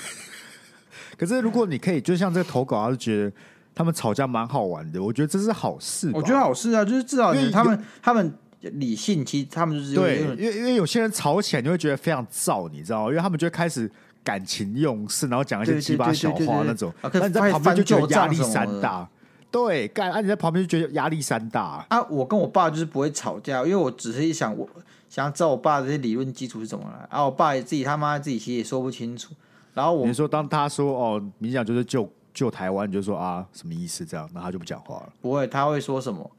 可是如果你可以，就像这个投稿，他就觉得他们吵架蛮好玩的，我觉得这是好事吧。我觉得好事啊，就是至少因为你他们他们理性，其实他们就是对，有因为因为有些人吵起来，你会觉得非常燥，你知道吗？因为他们就会开开始感情用事，然后讲一些对鸡巴对对小对对话对那种，啊可那以你在翻旁边就觉得翻旧压账力什么山的大。对，干，啊你在旁边就觉得压力山大。啊，我跟我爸就是不会吵架，因为我只是一想我想要知道我爸这些理论基础是怎么来啊，我爸也自己他妈自己其实也说不清楚，然后哦我你说，当他说哦，民进党就是救救台湾，你就说啊，什么意思？这样，那他就不讲话了。不会，他会说什么？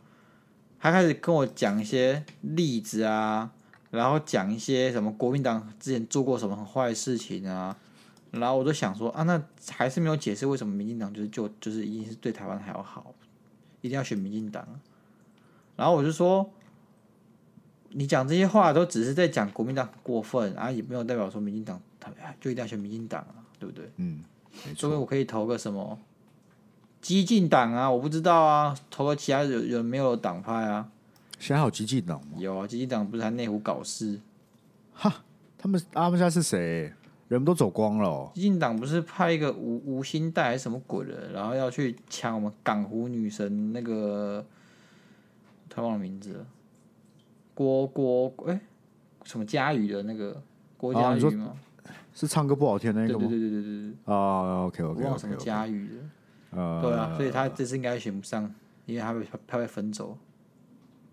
他开始跟我讲一些例子啊，然后讲一些什么国民党之前做过什么很坏的事情啊，然后我就想说啊，那还是没有解释为什么民进党就是就就是一定是对台湾还要好，一定要选民进党。啊然后我就说，你讲这些话都只是在讲国民党很过分啊，也没有代表说民进党他就一定要选民进党啊，对不对？嗯，没所错以。我可以投个什么激进党啊，我不知道啊，投个其他有有没有党派啊？现在还有激进党吗？有啊，激进党不是还内湖搞事？他们啊他们现在是谁？人都走光了哦、激进党不是派一个吴吴兴代还是什么鬼的，然后要去抢我们港湖女神那个，突然忘了名字了，郭郭哎、什么佳宇的那个郭啊佳你宇说吗？是唱歌不好听的那对个对对对吗？对对对，啊，OK 我 OK 忘了什 OK 么 OK。佳宇了。呃对啊，所以他这次应该选不上，因为他被他被分走。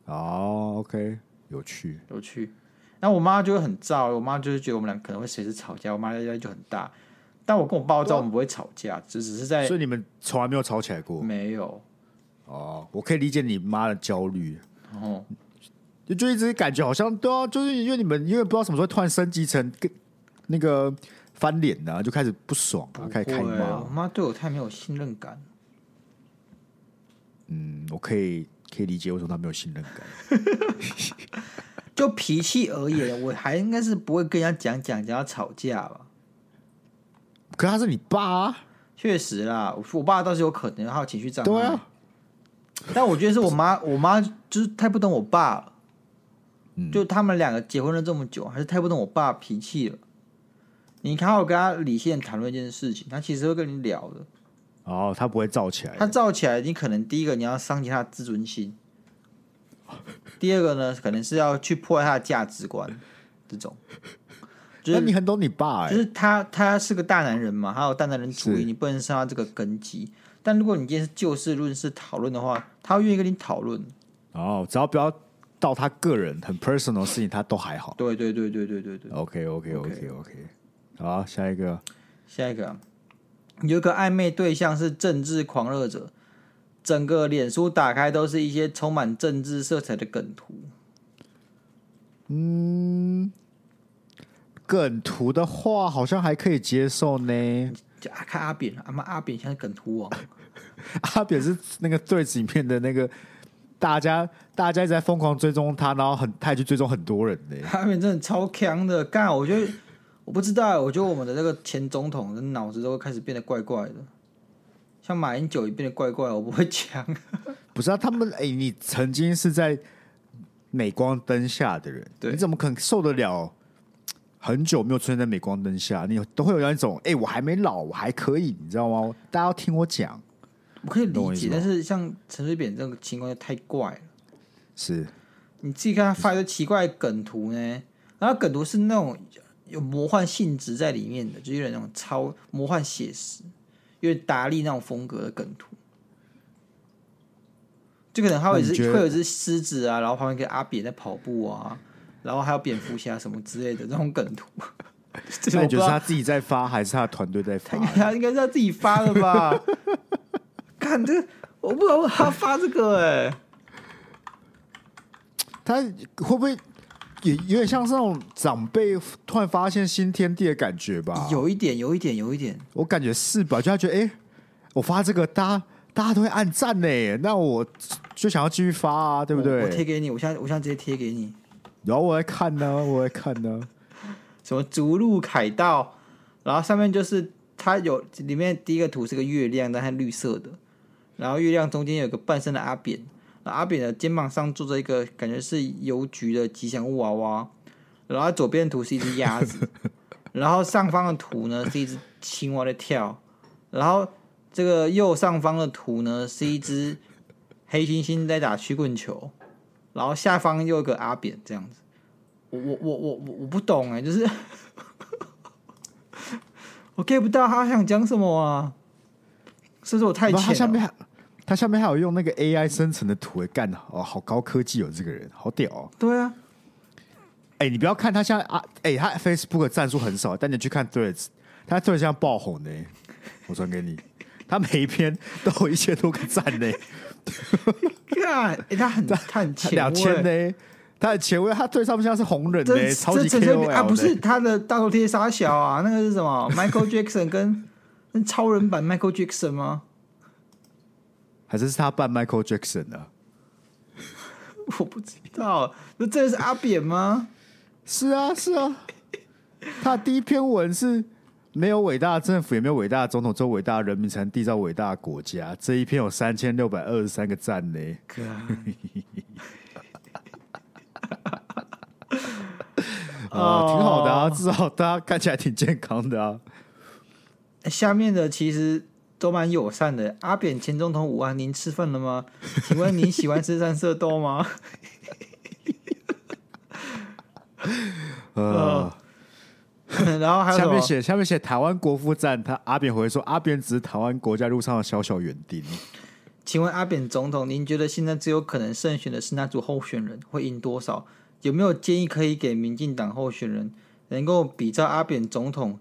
哦，OK，有趣。有趣。那我妈就会很燥，我妈就是觉得我们俩可能会随时吵架，我妈压力就很大。但我跟我爸知道我们不会吵架，只只是在啊所以你们从来没有吵起来过没有，哦，我可以理解你妈的焦虑，然后就就一直感觉好像对啊，就是因为你们因为不知道什么时候突然升级成跟那个翻脸的、啊，就开始不爽啊，开始开不会我骂。妈对我太没有信任感。嗯，我可以可以理解为什么他没有信任感。就脾气而言，我还应该是不会跟人家讲讲讲要吵架吧。可他是你爸、啊，确实啦，我我爸倒是有可能，他有情绪障碍。对啊， 但我觉得是我妈，我妈就是太不懂我爸了。嗯就他们两个结婚了这么久，还是太不懂我爸脾气了。你看，我跟他理性地谈论一件事情，他其实会跟你聊的。哦，他不会燥起来他的。造起来，你可能第一个你要伤及他的自尊心，第二个呢，可能是要去破坏他的价值观，这种。就那是你很懂你爸哎、就是他他是个大男人嘛，他有大男人主是义，你不能伤他这个根基。但如果你今天是就事论事讨论的话，他会愿意跟你讨论。哦，只要不要到他个人很 personal 的事情，他都还好。对对对对对对对。 OK OK OK OK，好，下一个下一个啊、有一个暧昧对象是政治狂热者，整个脸书打开都是一些充满政治色彩的梗图。梗图的话，好像还可以接受呢。 就啊，看阿扁，阿、妈阿扁现在梗 图王，阿扁是那个对子里面的那个，大家大家一直在疯狂追踪他，然后很他也去追踪很多人呢、阿扁真的超强的。干，我觉得我不知道，我觉得我们的那个前总统的脑子都会开始变得怪怪的，像马英九也变得怪怪，我不会讲。不是啊，他们哎、你曾经是在镁光灯下的人，对你怎么可能受得了？很久没有出现在镁光灯下，你都会有那种哎、我还没老，我还可以，你知道吗？大家要听我讲，我可以懂我理意思解吗，但是像陈水扁这个情况就太怪了。是你自己看他发一堆奇怪的梗图呢，然后梗图是那种有魔幻性质在里面的，就有点那种超魔幻写实，有点达利那种风格的梗图。就可能他会那是你觉得会有一只狮子啊，然后旁边跟阿扁在跑步啊，然后还有蝙蝠侠什么之类的这种梗 图。这个那我你不知觉得是道他自己在发，还是他的团队在发？他应该是他自己发的 吧？看这，我不懂他发这个哎、他会不会也有点像是那种长辈突然发现新天地的感觉吧？，有一点，有一点，有一点。我感觉是吧？就他觉得，哎、我发这个，大家大家都会按赞呢，那我就想要继续发啊，对不我我贴对？给你，我现在我现在直接贴给你。然后我在看呢、我在看呢、什么逐鹿凯道，然后上面就是它有里面第一个图是个月亮，但它绿色的，然后月亮中间有个半身的阿扁，然后阿扁的肩膀上坐着一个感觉是邮局的吉祥物娃娃，然后它左边的图是一只鸭子，然后上方的图呢是一只青蛙在跳，然后这个右上方的图呢是一只黑猩猩在打曲棍球，然后下方又有个阿扁这样子。我我我我我我不懂哎、就是 我 get 不到他想讲什么啊？是不是我太然后他下浅面了？还他下面还有用那个 AI 生成的图，哎，干哦，好高科技哦，这个人好屌哦。对啊，哎、你不要看他现在啊，哎、他 Facebook 的赞数很少，但你去看 Threads，他 Threads 现在爆红呢、我传给你， 他每一篇都有一千多个赞欸呢、看、欸，他 很他很他前两卫千呢，他的前卫，他对上面现在是红人呢、这超级这陈水 KOL 扁呢、啊，不是他的大头贴傻小啊， 那个是什么？Michael Jackson 跟 那超人版 Michael Jackson 吗？ 还是是他扮 Michael Jackson 啊的、我不知道，那真的是阿扁吗？是啊，是啊。他的第一篇文是没有伟大的政府，也没有伟大的总统，只有伟大的人民才能缔造伟大的国家。这一篇有三千六百二十三个赞欸呢、哦啊、挺好的啊，至少大家看起来挺健康的啊。下面的其实都蛮友善的。阿扁前总统午安，您吃饭了吗？请问您喜欢吃三色豆吗？ 呃，然后还有下什面么？写下面写台湾国父赞，他阿扁回说，阿扁只是台湾国家路上的小小园 丁。请问阿扁总统，您觉得现在最有可能胜选的是哪组候选人？会赢多少？有没有建议可以给民进党候选人能够比照阿扁总统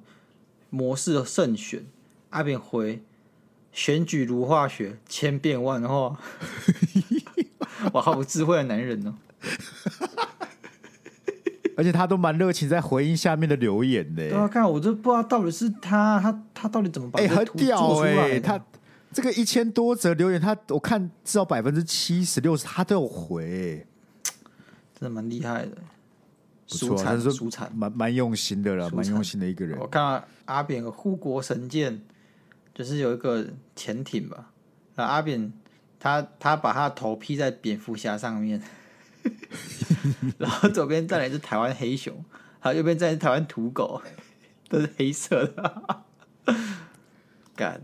模式胜选？阿扁回：选举如化学，千变万化。哇，好有智慧的男人哦！而且他都蛮热情，在回应下面的留言呢、对啊，看我就不知道到底是他，他他到底怎么把哎、这个很图屌做出来哎、的？他这个一千多则留言，他我看至少百分之七十六他都有回、真的蛮厉害的，不错舒啊，产他舒说产。蛮蛮用心的啦，蛮用心的一个人我。看到阿扁有个护国神剑，就是有一个潜艇吧，然后阿扁他他把他的头披在蝙蝠侠上面， 然后左边站了一只台湾黑熊，还有右边站一只台湾土狗，都是黑色的， 干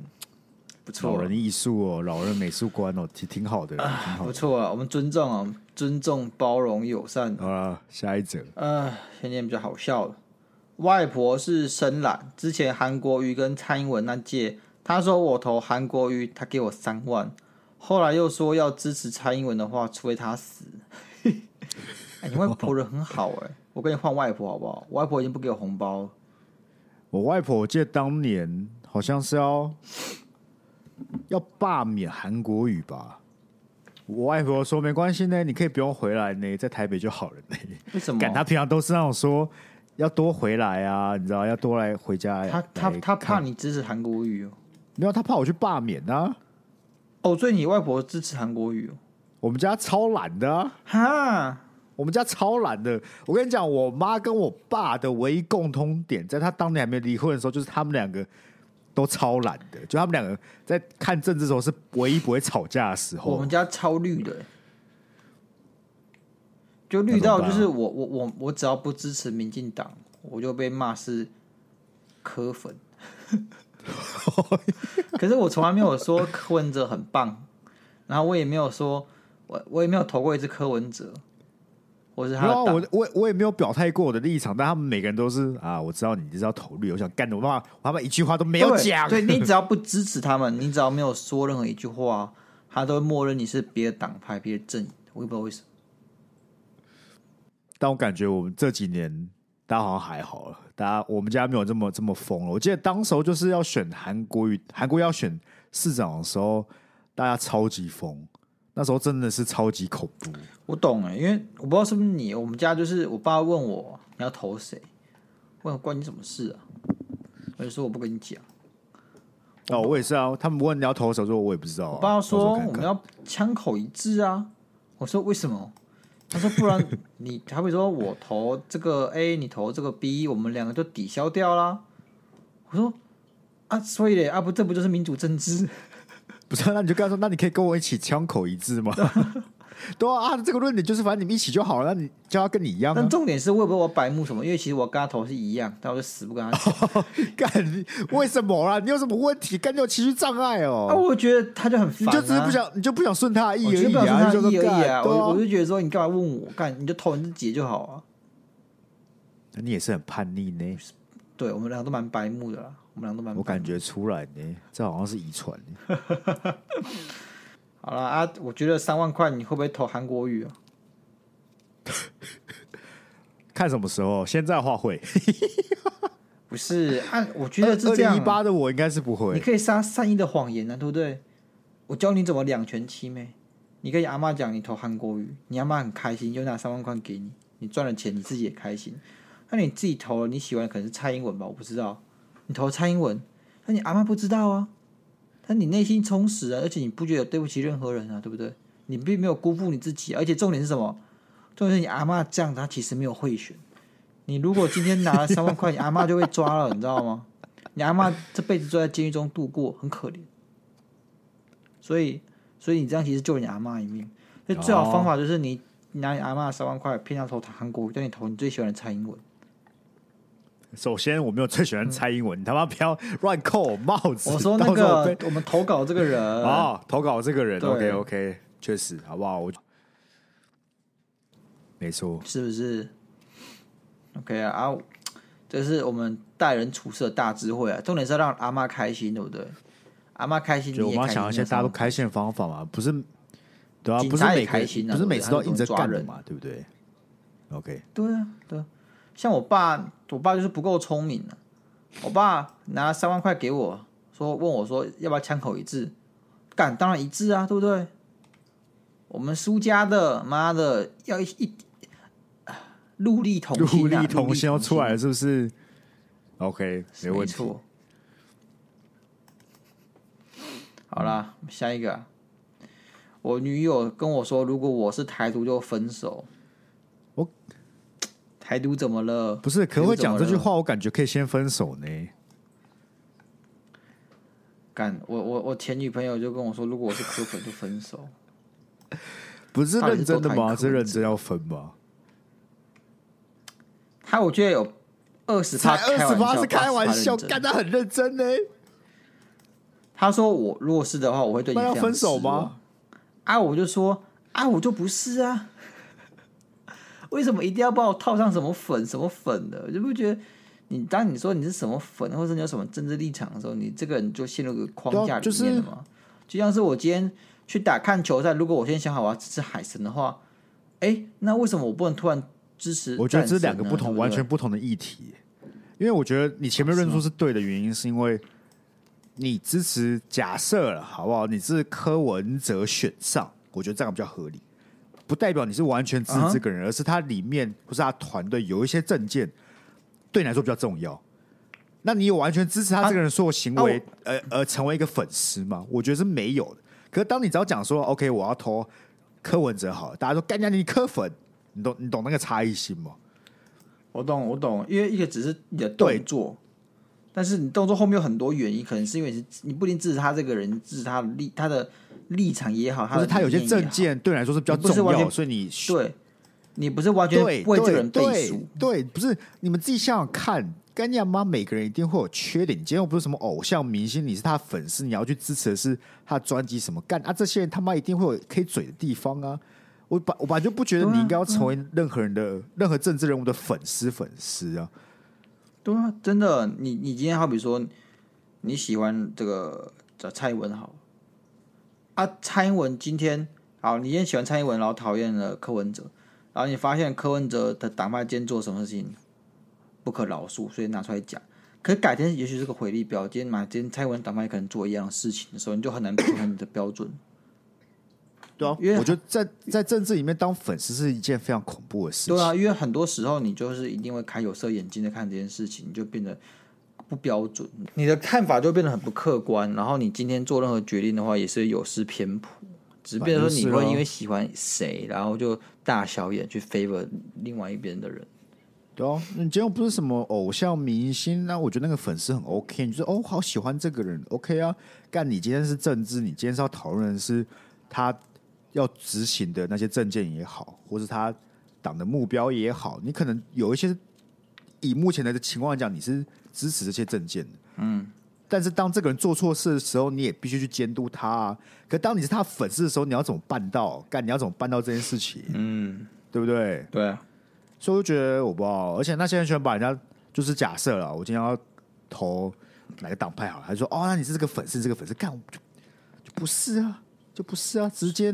不老错人艺术哦，老人美术观哦，挺挺好的，挺好不的。错啊，我们尊重啊，尊重、包容、友善，好啦，下一则。呃，先念比较好笑的。外婆是深蓝，之前韩国瑜跟蔡英文那届，她说我投韩国瑜，她给我三万，后来又说要支持蔡英文的话，除非她 死。哎、你外婆人很好哎、我跟你换外婆好不好？我外婆已经不给我红包了，我外婆，我记得当年好像是要要罢免韩国语吧。我外婆说没关系呢，你可以不用回来呢，在台北就好了呢。为什么？感他平常都是那种说要多回来啊，你知道要多来回家来。他他来他怕看，你支持韩国瑜哦、没有他怕我去罢免啊。哦，所以你外婆支持韩国瑜哦、我们家超懒的、啊，哈，我们家超懒的。我跟你讲，我妈跟我爸的唯一共通点，在他当年还没离婚的时候，就是他们两个都超懒的。就他们两个在看政治的时候，是唯一不会吵架的时候。我们家超绿的欸、就绿到啊就是我我我我只要不支持民进党，我就被骂是柯 粉。可是我从来没有说柯文哲很棒，然后我也没有说我我也没有投过一次柯文哲，我是他然的后党我我我也没有表态过我的立场，但他们每个人都是啊，我知道你就是要投绿，我想干的，我爸我他们一句话都没有对讲。对你只要不支持他们，你只要没有说任何一句话，他都会默认你是别的党派、别的阵营。我也不知道为什么。但我感觉我们这几年大家好像还好了，大家我们家没有这么这么疯了。我记得当时候就是要选韩国瑜，韩国瑜要选市长的时候，大家超级疯，那时候真的是超级恐怖。我懂欸了，因为我不知道是不是你，我们家就是我爸问我你要投谁，问我关你什么事啊？我就说我不跟你讲。哦，我也是啊，他们问你要投手，说我也不知道、啊。我爸到时候说看看我们要枪口一致啊，我说为什么？他说不 然你他会说我投这个 A，你投这个 B，我们两个就抵消掉啦。我说啊，所以嘞啊不，这不就是民主政治？不是啊，那你就跟他说，那你可以跟我一起枪口一致吗？ 对啊，啊这个论点就是反正你们一起就好了，那你就要跟你一样、但啊。重点是我也不知道我白目什么，因为其实我跟他头是一样，但我就死不跟他哦讲。干，你为什么啊啦？你有什么问题？干，你有情绪障碍啊，哦。我觉得他就很你烦、啊，就只是不想，你就不想顺他的意我而就已不啊，想你说就他一说而已干，啊。对我我啊。就觉得说你干嘛问我干，你就偷人自己就好啊。那你也是很叛逆呢，对我们俩都蛮白目的啦，我们俩都蛮白目我感觉出来呢，这好像是遗传呢。好了啊。我觉得三万块你会不会投韩国语啊？看什么时候，现在的话会。不是啊，我觉得是二这样、零啊一。八的我应该是不你会。可以杀善意的谎言啊，对不对？我教你怎么两全其美。你跟你阿妈讲你投韩国语，你阿妈很开心，就拿三万块给你，你赚了钱你自己也开心。那你自己投了，你喜欢的可能是蔡英文吧，我不知道。你投蔡英文，那你阿妈不知道啊，但你内心充实啊，而且你不觉得对不起任何人啊，对不对？你并没有辜负你自己，而且重点是什么？重点是你阿妈这样，她其实没有贿选。你如果今天拿 了三万块，你阿妈就被抓了，你知道吗？你阿妈这辈子都在监狱中度过，很可怜。所以，所以你这样其实救了你阿妈一命。所以最好的方法就是你你拿你阿妈三万块骗她投韩国，叫你投你最喜欢的蔡英文。首先，我没有最喜欢蔡英文，你他妈不要乱扣我帽子。嗯我说那到时候我被个我们投稿这个 人，哦，投稿这个人对，OK OK，确实，好不好？我没错，是不是？OK 啊啊，这是我们待人处事的大智慧啊。重点是要让阿妈开心，对不对？阿妈开心，啊就你我也们要开心。想一些大家都开心的方法嘛，不是对啊，警不是察也每开心啊个不是对不对每次都要硬着干的他嘛，对不对？OK，对啊，对啊。像我爸，我爸就是不够聪明啊。我爸拿三万块给我，说问我说要不要枪口一致，干当然一致啊，对不对？我们苏家的，妈的，要一一啊陆力同陆心、啊，力同心要出来啊了，是不是？OK，没没问题。错。好啦，下一个啊、我女友跟我说，如果我是台独就分手。我台独怎么了？不是，可台独会怎么讲这句了话，我感觉可以先分手呢。干，我我我前女朋友就跟我说，如果我是柯粉就分手。不是到底认是真的多坎坷吗？是认真要分吗？他我觉得有二十才趴开二十玩八笑，是开玩笑， 80%认真干他很认真呢。他说我如果是的话，我会对你那要非常分手失望吗？啊，我就说啊，我就不是啊， 为什么一定要把我套上什么粉什么粉的？我就不觉得你当你说你是什么粉，或者你有什么政治立场的时候，你这个人就陷入一个框对架啊就里是面了嘛。就像是我今天去打看球赛，如果我先想好我要支持海神的话，哎、那为什么我不能突然支持战神呢？啊我觉得这是两个不同、对对完全不同的议题。因为我觉得你前面论述是对的原因，是因为你支持假设了，好不好？你是柯文哲选上，我觉得这样比较合理。不代表你是完全支持这个人，而是他里面或是他团队有一些证件对你来说比较重要。那你有完全支持他这个人所有行为，而而成为一个粉丝吗？我觉得是没有的。可是当你只要讲说 “OK，我要投柯文哲”好了，大家说“干掉你柯粉”，你懂你懂那个差异性吗？我懂，我懂，因为一个只是你的动作，但是你动作后面有很多原因，可能是因为你是你不一定支持他这个人，支持他的立他的立场也好，他或的是他有些理念也证好，件对你来说是比较你不是重完要，全所以你对你不是完全对为这个人背对书，对，不是你们自己想想看，干你妈！每个人一定会有缺点。你今天又不是什么偶像明星，你是他的粉丝，你要去支持的是他的专辑什么干啊？这些人他妈一定会有可以嘴的地方啊！我本我本来就不觉得对啊你应该要成为任何人的、任何政治人物的粉丝粉丝啊！对啊，真的，你你今天好比说你喜欢这个呃蔡英文好了啊，蔡英文今天好，你今天喜欢蔡英文，然后讨厌了柯文哲，然后你发现柯文哲的党派今天做什么事情不可饶恕，所以拿出来讲。可是改天也许是个回力标，今天买今天蔡英文党派可能做一样的事情的时候，你就很难平衡你的标准。对啊，因为我觉得在在政治里面当粉丝是一件非常恐怖的事情。对啊，因为很多时候你就是一定会开有色眼镜的看这件事情，你就变得不标准，你的看法就变得很不客观。然后你今天做任何决定的话，也是有失偏颇。只变成说你反正会是咯因为喜欢谁，然后就大小眼去 favor 另外一边的人。对啊，你今天又不是什么偶像明星，那我觉得那个粉丝很 OK，你就说哦，好喜欢这个人，OK 啊。干，你今天是政治，你今天是要讨论的是他要执行的那些证件也好，或是他党的目标也好，你可能有一些以目前的情况来讲，你是支持这些证件的，嗯。但是当这个人做错事的时候，你也必须去监督他啊。可当你是他粉丝的时候，你要怎么办到？干，你要怎么办到这件事情？嗯，对不对？对啊，所以我就觉得我不知道，而且那些人喜欢把人家就是假设了，我今天要投哪个党派好了，他就说哦，那你是这个粉丝，这个粉丝干我就就不是啊，就不是啊，直接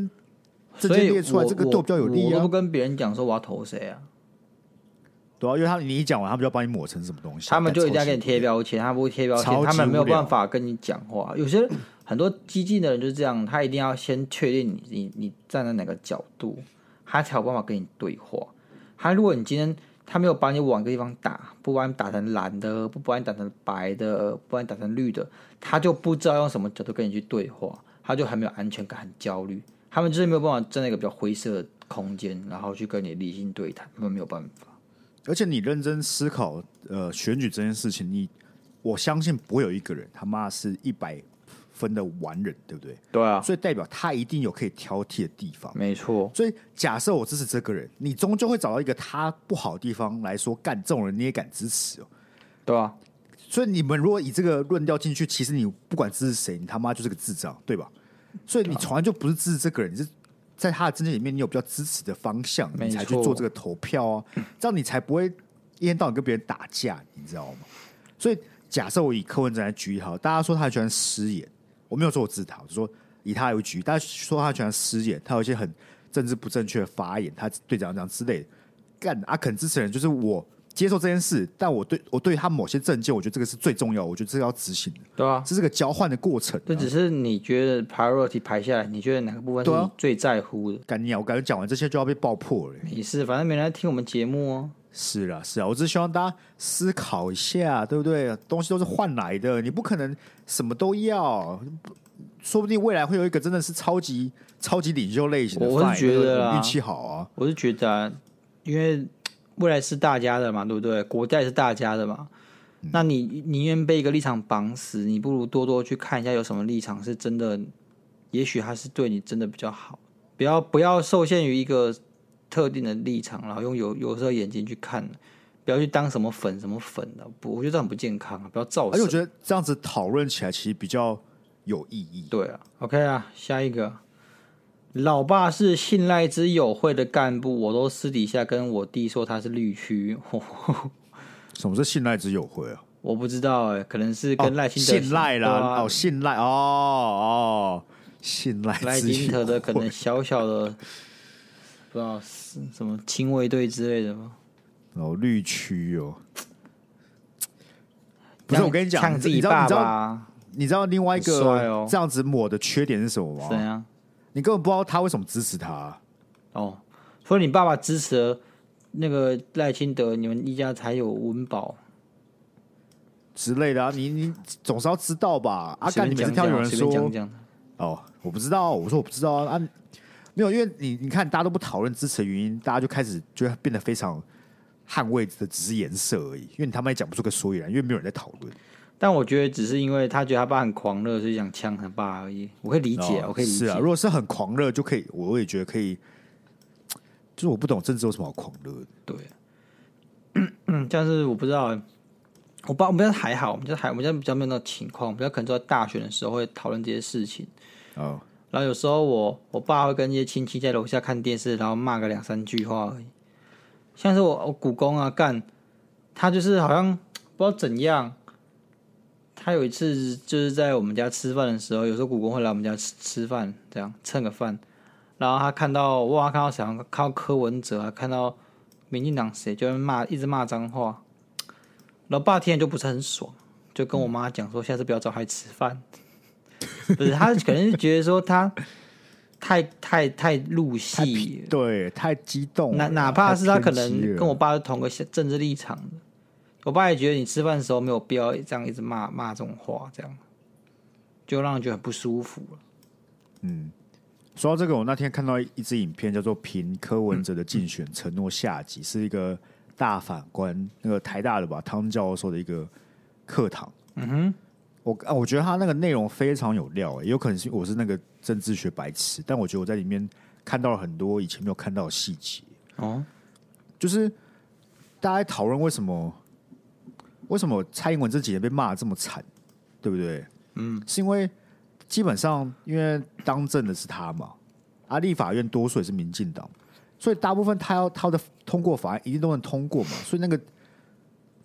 直所接以列出来，我这个我对我比较有利我都啊不，跟别人讲说我要投谁啊，对啊，因为他你一讲完，他们就要帮你抹成什么东西，啊他们就一定要给你干贴，标签，他不贴标签，超级他们没有无聊办法跟你讲话。有些很多激进的人就是这样，他一定要先确定你你你站在哪个角度，他才有办法跟你对话。他如果你今天他没有把你往一个地方打，不把你打成蓝的，不把你打成白的，不把你打成绿的，他就不知道用什么角度跟你去对话，他就很没有安全感，很焦虑。他们就是没有办法站在一个比较灰色的空间，然后去跟你理性对谈，他们没有办法。而且你认真思考呃选举这件事情，你我相信不会有一个人他妈是一百分的完人，对不对？对啊，所以代表他一定有可以挑剔的地方。没错。所以假设我支持这个人，你终究会找到一个他不好的地方来说，干这种人你也敢支持哦。对啊，所以你们如果以这个论调进去，其实你不管支持谁，你他妈就是个智障，对吧？所啊以你从来就不是支持这个人，你是在他的政见里面，你有比较支持的方向，没你才去错做这个投票啊，这样你才不会一天到晚跟别人打架，你知道吗？所以假设我以柯文哲来举例好，大家说他很喜欢失言，我没有说我自讨，我就说以他为举例，大家说他喜欢失言，他有一些很政治不正确的发言，他对怎样怎样之类的。干阿肯支持人就是我接受这件事，但我对我对他某些政见，我觉得这个是最重要，我觉得这个要执行的，对啊，这是个交换的过程、这啊。只是你觉得 priority 排下来，你觉得哪个部分是对啊你最在乎的？干你啊！我感觉讲完这些就要被爆破了、没事，反正没人来听我们节目哦。是啦，是啊，我只是希望大家思考一下，对不对？东西都是换来的，你不可能什么都要。说不定未来会有一个真的是超级超级领袖类型的 fine，我那是个，觉得我们啦运气好啊。我是觉得啊、因为未来是大家的嘛，对不对？国家也是大家的嘛。嗯那你宁愿被一个立场绑死，你不如多多去看一下有什么立场是真的，也许它是对你真的比较好。不要不要受限于一个特定的立场，然后用有有色眼睛去看，不要去当什么粉什么粉的，不，我觉得这样很不健康啊！不要造神而且我。觉得这样子讨论起来其实比较有意义。对啊，OK 啊，下一个，老爸是信赖之友会的干部，我都私底下跟我弟说他是绿区， 什么是信赖之友会啊？我不知道哎、可能是跟赖清德、哦信赖啦，对啊哦，信赖，哦哦，信赖赖之清德的友可会能小小的，不知道是什么亲卫队之类的吗？哦，绿区哦。这不是样我跟你讲，呛自你知你己知道爸你知爸道啊你知道另外一很帅哦个这样子抹的缺点是什么怎吗？样？你根本不知道他为什么支持他、哦，所以你爸爸支持了那个赖清德，你们一家才有温饱。之类的啊，你你总是要知道吧？阿随啊便干，你每次讲听到讲有人随便说讲讲，哦，我不知道，我说我不知道啊，啊没有，因为你你看，大家都不讨论支持的原因，大家就开始就变得非常捍卫的只是颜色而已，因为你他们也讲不出个所以然，因为没有人在讨论。但我觉得只是因为他觉得他爸很狂热，所以想呛他爸而已。我可以理解，哦我可以理是解。啊，如果是很狂热，就可以，我也觉得可以。就是我不懂政治有什么好狂热的，对，嗯，但是我不知道，我爸我们家还好，我们家还我们家比较没有那种情况，我们家可能在大选的时候会讨论这些事情。哦，然后有时候我我爸会跟一些亲戚在楼下看电视，然后骂个两三句话而已。像是我我姑公啊干，他就是好像不知道怎样，他有一次就是在我们家吃饭的时候，有时候姑公会来我们家吃吃饭，这样蹭个饭。然后他看到哇，看到想看到柯文哲啊，看到民进党谁，就在骂一直骂脏话。然后爸听了就不是很爽，就跟我妈讲说，下次不要找他吃饭。 不是他可能是觉得说他太太太入太戏了，对，太激动了，哪哪怕是他可太偏激能了跟我爸是同个政治立场的，我爸也觉得你吃饭的时候没有必要这样一直骂骂这种话，这样就让人觉得很不舒服了。说到这个，我那天看到一支影片，叫做《评柯文哲的竞选承诺下集》，是一个大法官，那个台大的吧，汤教授的一个课堂。嗯哼，我啊，我觉得他那个内容非常有料、欸，也有可能是我是那个政治学白痴，但我觉得我在里面看到了很多以前没有看到的细节。哦，就是大家在讨论为什么为什么蔡英文这几年被骂得这么惨，对不对？嗯，是因为基本上因为当政的是他嘛，啊，立法院多数也是民进党，所以大部分他要他的通过法案一定都能通过嘛，所以那个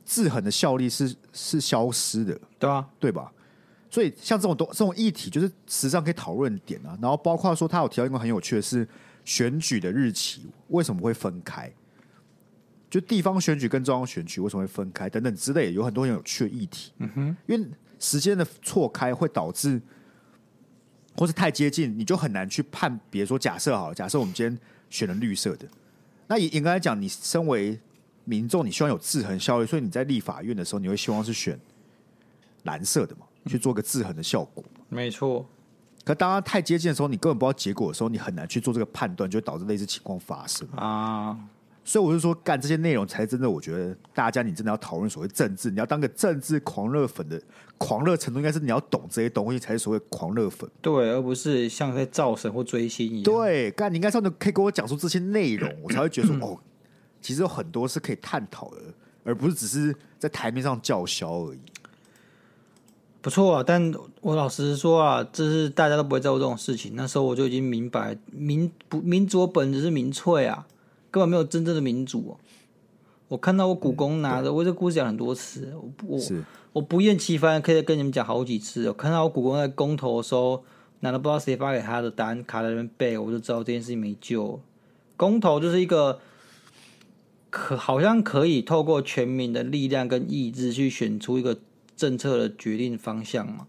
制衡的效力是是消失的。对啊，对吧？所以像这种东这种议题，就是时尚可以讨论的点啊。然后包括说，他有提到一个很有趣的是，选举的日期为什么会分开？就地方选举跟中央选举为什么会分开等等之类，有很多很有趣的议题。嗯哼，因为时间的错开会导致，或是太接近，你就很难去判别。说假设好了，假设我们今天选了绿色的，那也应该来讲，你身为民众，你希望有制衡效率，所以你在立法院的时候，你会希望是选蓝色的嘛，去做个制衡的效果。没错，可当它太接近的时候，你根本不知道结果的时候，你很难去做这个判断，就会导致类似情况发生。啊，所以我就说，干这些内容才真的，我觉得大家你真的要讨论所谓政治，你要当个政治狂热粉的狂热程度，应该是你要懂这些东西才是所谓狂热粉。对，而不是像在造神或追星一样。对，干你应该上的可以跟我讲述这些内容，我才会觉得说哦，其实有很多是可以探讨的，而不是只是在台面上叫嚣而已。不错啊，但我老实说啊，这是大家都不会在乎这种事情。那时候我就已经明白，民不民主的本质是民粹啊，根本没有真正的民主、哦。我看到我嗯股东拿着，我这故事讲很多次，我不我是我不厌其烦，可以跟你们讲好几次。我看到我股东在公投的时候，拿了不知道谁发给他的答案卡在那边背，我就知道这件事情没救了。公投就是一个可好像可以透过全民的力量跟意志去选出一个政策的决定方向嘛。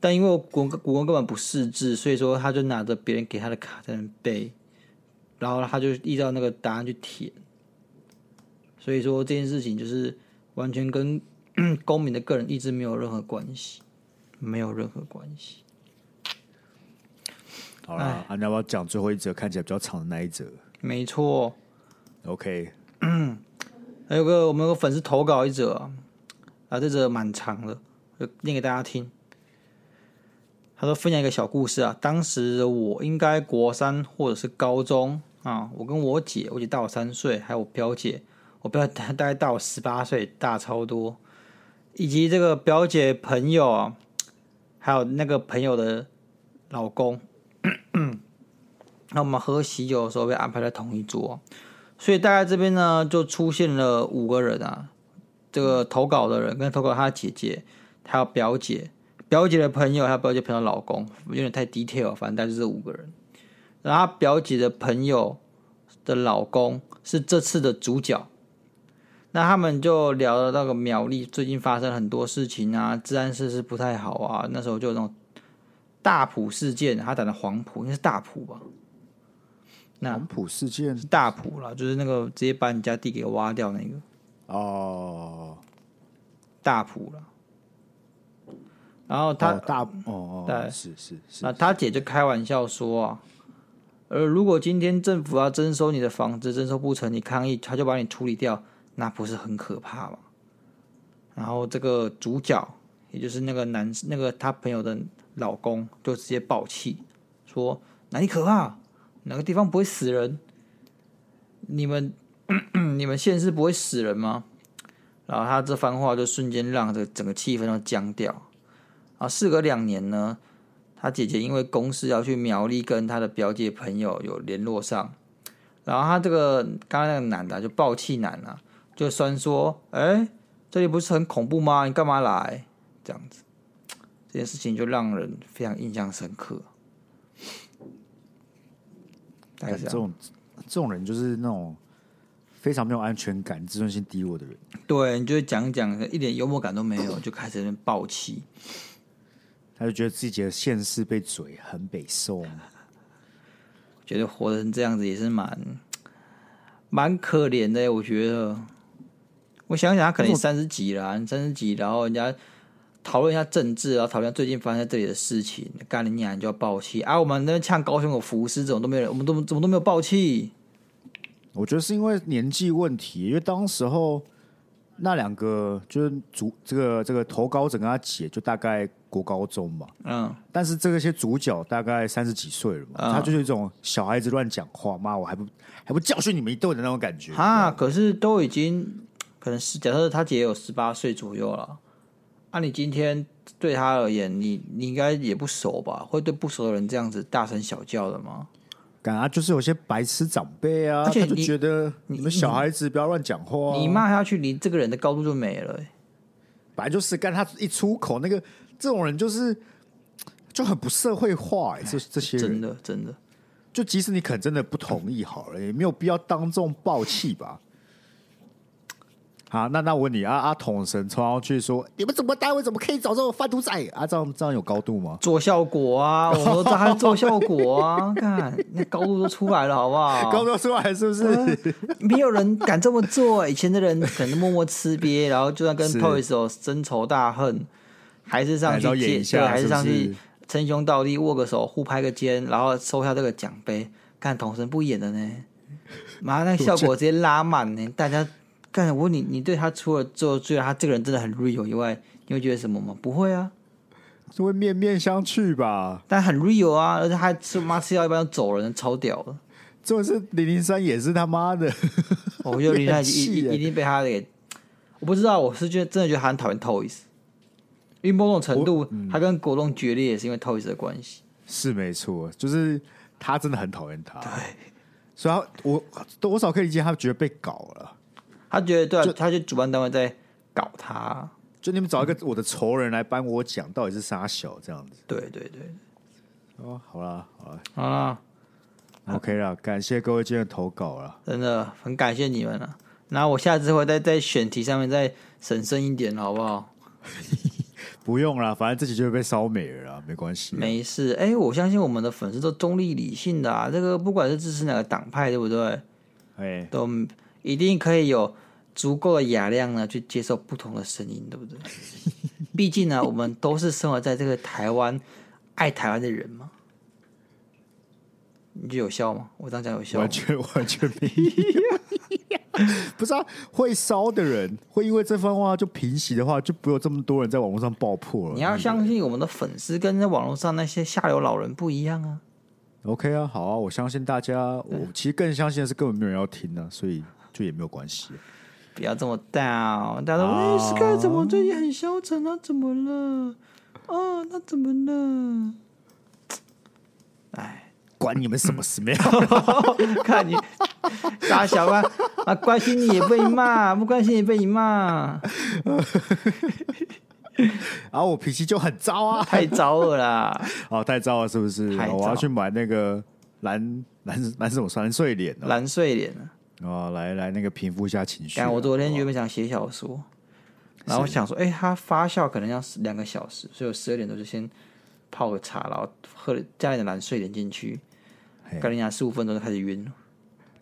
但因为我股股东根本不识字，所以说他就拿着别人给他的卡在那边背，然后他就依照那个答案去填。所以说这件事情就是完全跟公民的个人意志没有任何关系，没有任何关系。好了，啊，你要不要讲最后一则看起来比较长的那一则没错， ？OK，还有个我们有个粉丝投稿一则啊，啊这则蛮长的，我念给大家听。他说分享一个小故事啊，当时的我应该国三或者是高中啊，我跟我姐，我姐大我三岁，还有我表姐，我表姐 大大概大我十八岁，大超多，以及这个表姐朋友啊，还有那个朋友的老公。 那我们喝喜酒的时候被安排在同一桌，所以大概这边呢就出现了五个人啊，这个投稿的人跟投稿他的姐姐，还有表姐，表姐的朋友还有表姐朋友的老公，有点太 detail，反正大概就是这五个人。然后她表姐的朋友的老公是这次的主角，那他们就聊了那个苗栗最近发生很多事情啊，治安设施不太好啊，那时候就有那种大埔事件，他打的黄埔，应该是大埔吧。那黄埔事件是大埔啦，就是那个直接把人家地给挖掉那个哦，大埔啦。然后他、哦大哦哦，对是是是那他姐就开玩笑说啊，呃，如果今天政府要征收你的房子，征收不成，你抗议，他就把你处理掉，那不是很可怕吗？然后这个主角，也就是那个男，那个他朋友的老公，就直接爆气说：哪里可怕？哪个地方不会死人？你们 你们现实不会死人吗？然后他这番话就瞬间让这整个气氛都僵掉。啊，事隔两年呢，他姐姐因为公事要去苗栗跟他的表姐朋友有联络上，然后他这个刚刚那个男的啊就暴气男啊，就酸说：“哎、这里不是很恐怖吗？你干嘛来？”这样子，这件事情就让人非常印象深刻。大概干是这这样。种这种人就是那种非常没有安全感、自尊心低落的人。对，你就会讲一讲，一点幽默感都没有，就开始在那边暴气。他就觉得自己的现世被嘴很北宋，觉得活成这样子也是蛮蛮可怜的耶，欸我觉得。我想想，他可能也三十几了啊、你三十几，然后人家讨论一下政治，然后讨论最近发生在这里的事情，干你娘你就要爆气啊！我们那边呛高雄有浮尸这种都没有人，我们都怎么都没有爆气？我觉得是因为年纪问题，因为当时候那两个就是主这个这个投稿者跟他姐，就大概国高中嘛，嗯，但是这些主角大概三十几岁了嘛，啊他就是一种小孩子乱讲话，妈我还不还不教训你们一顿的那种感觉。哈，啊可是都已经可能是假设他姐有十八岁左右了，啊，你今天对他而言，你你应该也不熟吧？会对不熟的人这样子大声小叫的吗？感觉啊就是有些白痴长辈啊，而且他就你觉得你们小孩子不要乱讲话、啊，你骂下去，离这个人的高度就没了欸、本来就是干他一出口那个这种人就是就很不社会化、欸，这这些哎真人的真的。就即使你可能真的不同意好了，也没有必要当众爆气吧。好，那那我问你啊，阿统神冲上去说：“你们怎么单位怎么可以找这种贩毒仔啊？这样这样有高度吗？”做效果啊，我说这还做效果啊， 看那高度都出来了，好不好？高度出 来是不是？嗯没有人敢这么做、欸以前的人可能默默吃瘪，然后就算跟是 Toys 有深仇大恨，还是上还去是要借，演一下对，还是上是去不是称兄道弟，握个手，互拍个肩，然后收下这个奖杯。看童神不演了呢，妈，那个效果直接拉满呢。大家干，我问你，你对他除了做，除了他这个人真的很 real 以外，你会觉得什么吗？不会啊，就会面面相觑吧。但很 real 啊，而且他吃妈吃到一半就走人，超屌的。这种是零零三也是他妈的，我觉得林丹一 演戏一耶一定被他给，我不知道，我是觉得真的觉得他很讨厌 Toys，因为某种程度、他跟国栋决裂也是因为 Toys 的关系。是没错，就是他真的很讨厌他。对，所以他我多少可以理解他觉得被搞了。他觉得对、啊，他就主办单位在搞他。就你们找一个我的仇人来帮我讲，到底是啥小这样子。对对对，哦，好啦，好啦啊， o k 啦，感谢各位今天的投稿啦。真的很感谢你们了、然后我下次会再在选题上面再审慎一点，好不好？不用啦，反正这集就会被烧没了啦，没关系。没事，哎、我相信我们的粉丝都中立理性的啊，这个不管是支持哪个党派，对不对？哎，都一定可以有足够的雅量呢，去接受不同的声音，对 不对？毕竟呢，我们都是生活在这个台湾，爱台湾的人嘛。你觉得有效吗？我这样讲有效吗完？全 完全没有。 不是啊，会烧的人会因为这番话就平息的话，就不会有这么多人在网络上爆破了。你要相信我们的粉丝跟在网络上那些下流老人不一样啊！ OK 啊，好啊，我相信大家，我其实更相信的是根本没有人要听呢、所以就也没有关系。不要这么 down，大家都哎啊，Sky 怎么最近很消沉啊？怎么了？啊，那怎么了？ 管你们什么事没有？嗯 看你傻小吧，啊，关心你也被骂，不关心也被你骂，然后啊我脾气就很 糟啊，太糟了 啦！哦，太糟了，是不是？太糟我要去买那个蓝蓝蓝什么蓝睡脸哦，蓝睡脸了。哦，来来那个平复一下情绪啊。干，我昨天好原本想写小说，然后我想说，哎、它发酵可能要十两个小时，所以我十二点多就先泡个茶，然后喝了加点蓝睡脸进去，嘿干你娘十五分钟就开始晕了。吧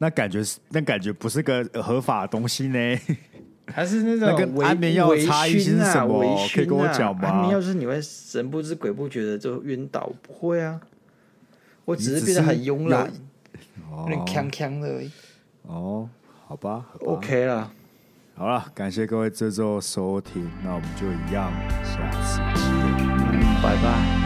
那感觉是那感觉不是个呃合法的东西呢。 还是那那跟微安眠药的微差异性是醺啊什么微醺可以跟我讲啊吗安眠药就是你会神不知鬼不觉的就晕倒，不会啊，我只是你只变得是很慵懒，有哦点锵锵的而已。哦，好吧好吧 OK 啦，好了，感谢各位这周收听，那我们就一样，下次见。拜拜。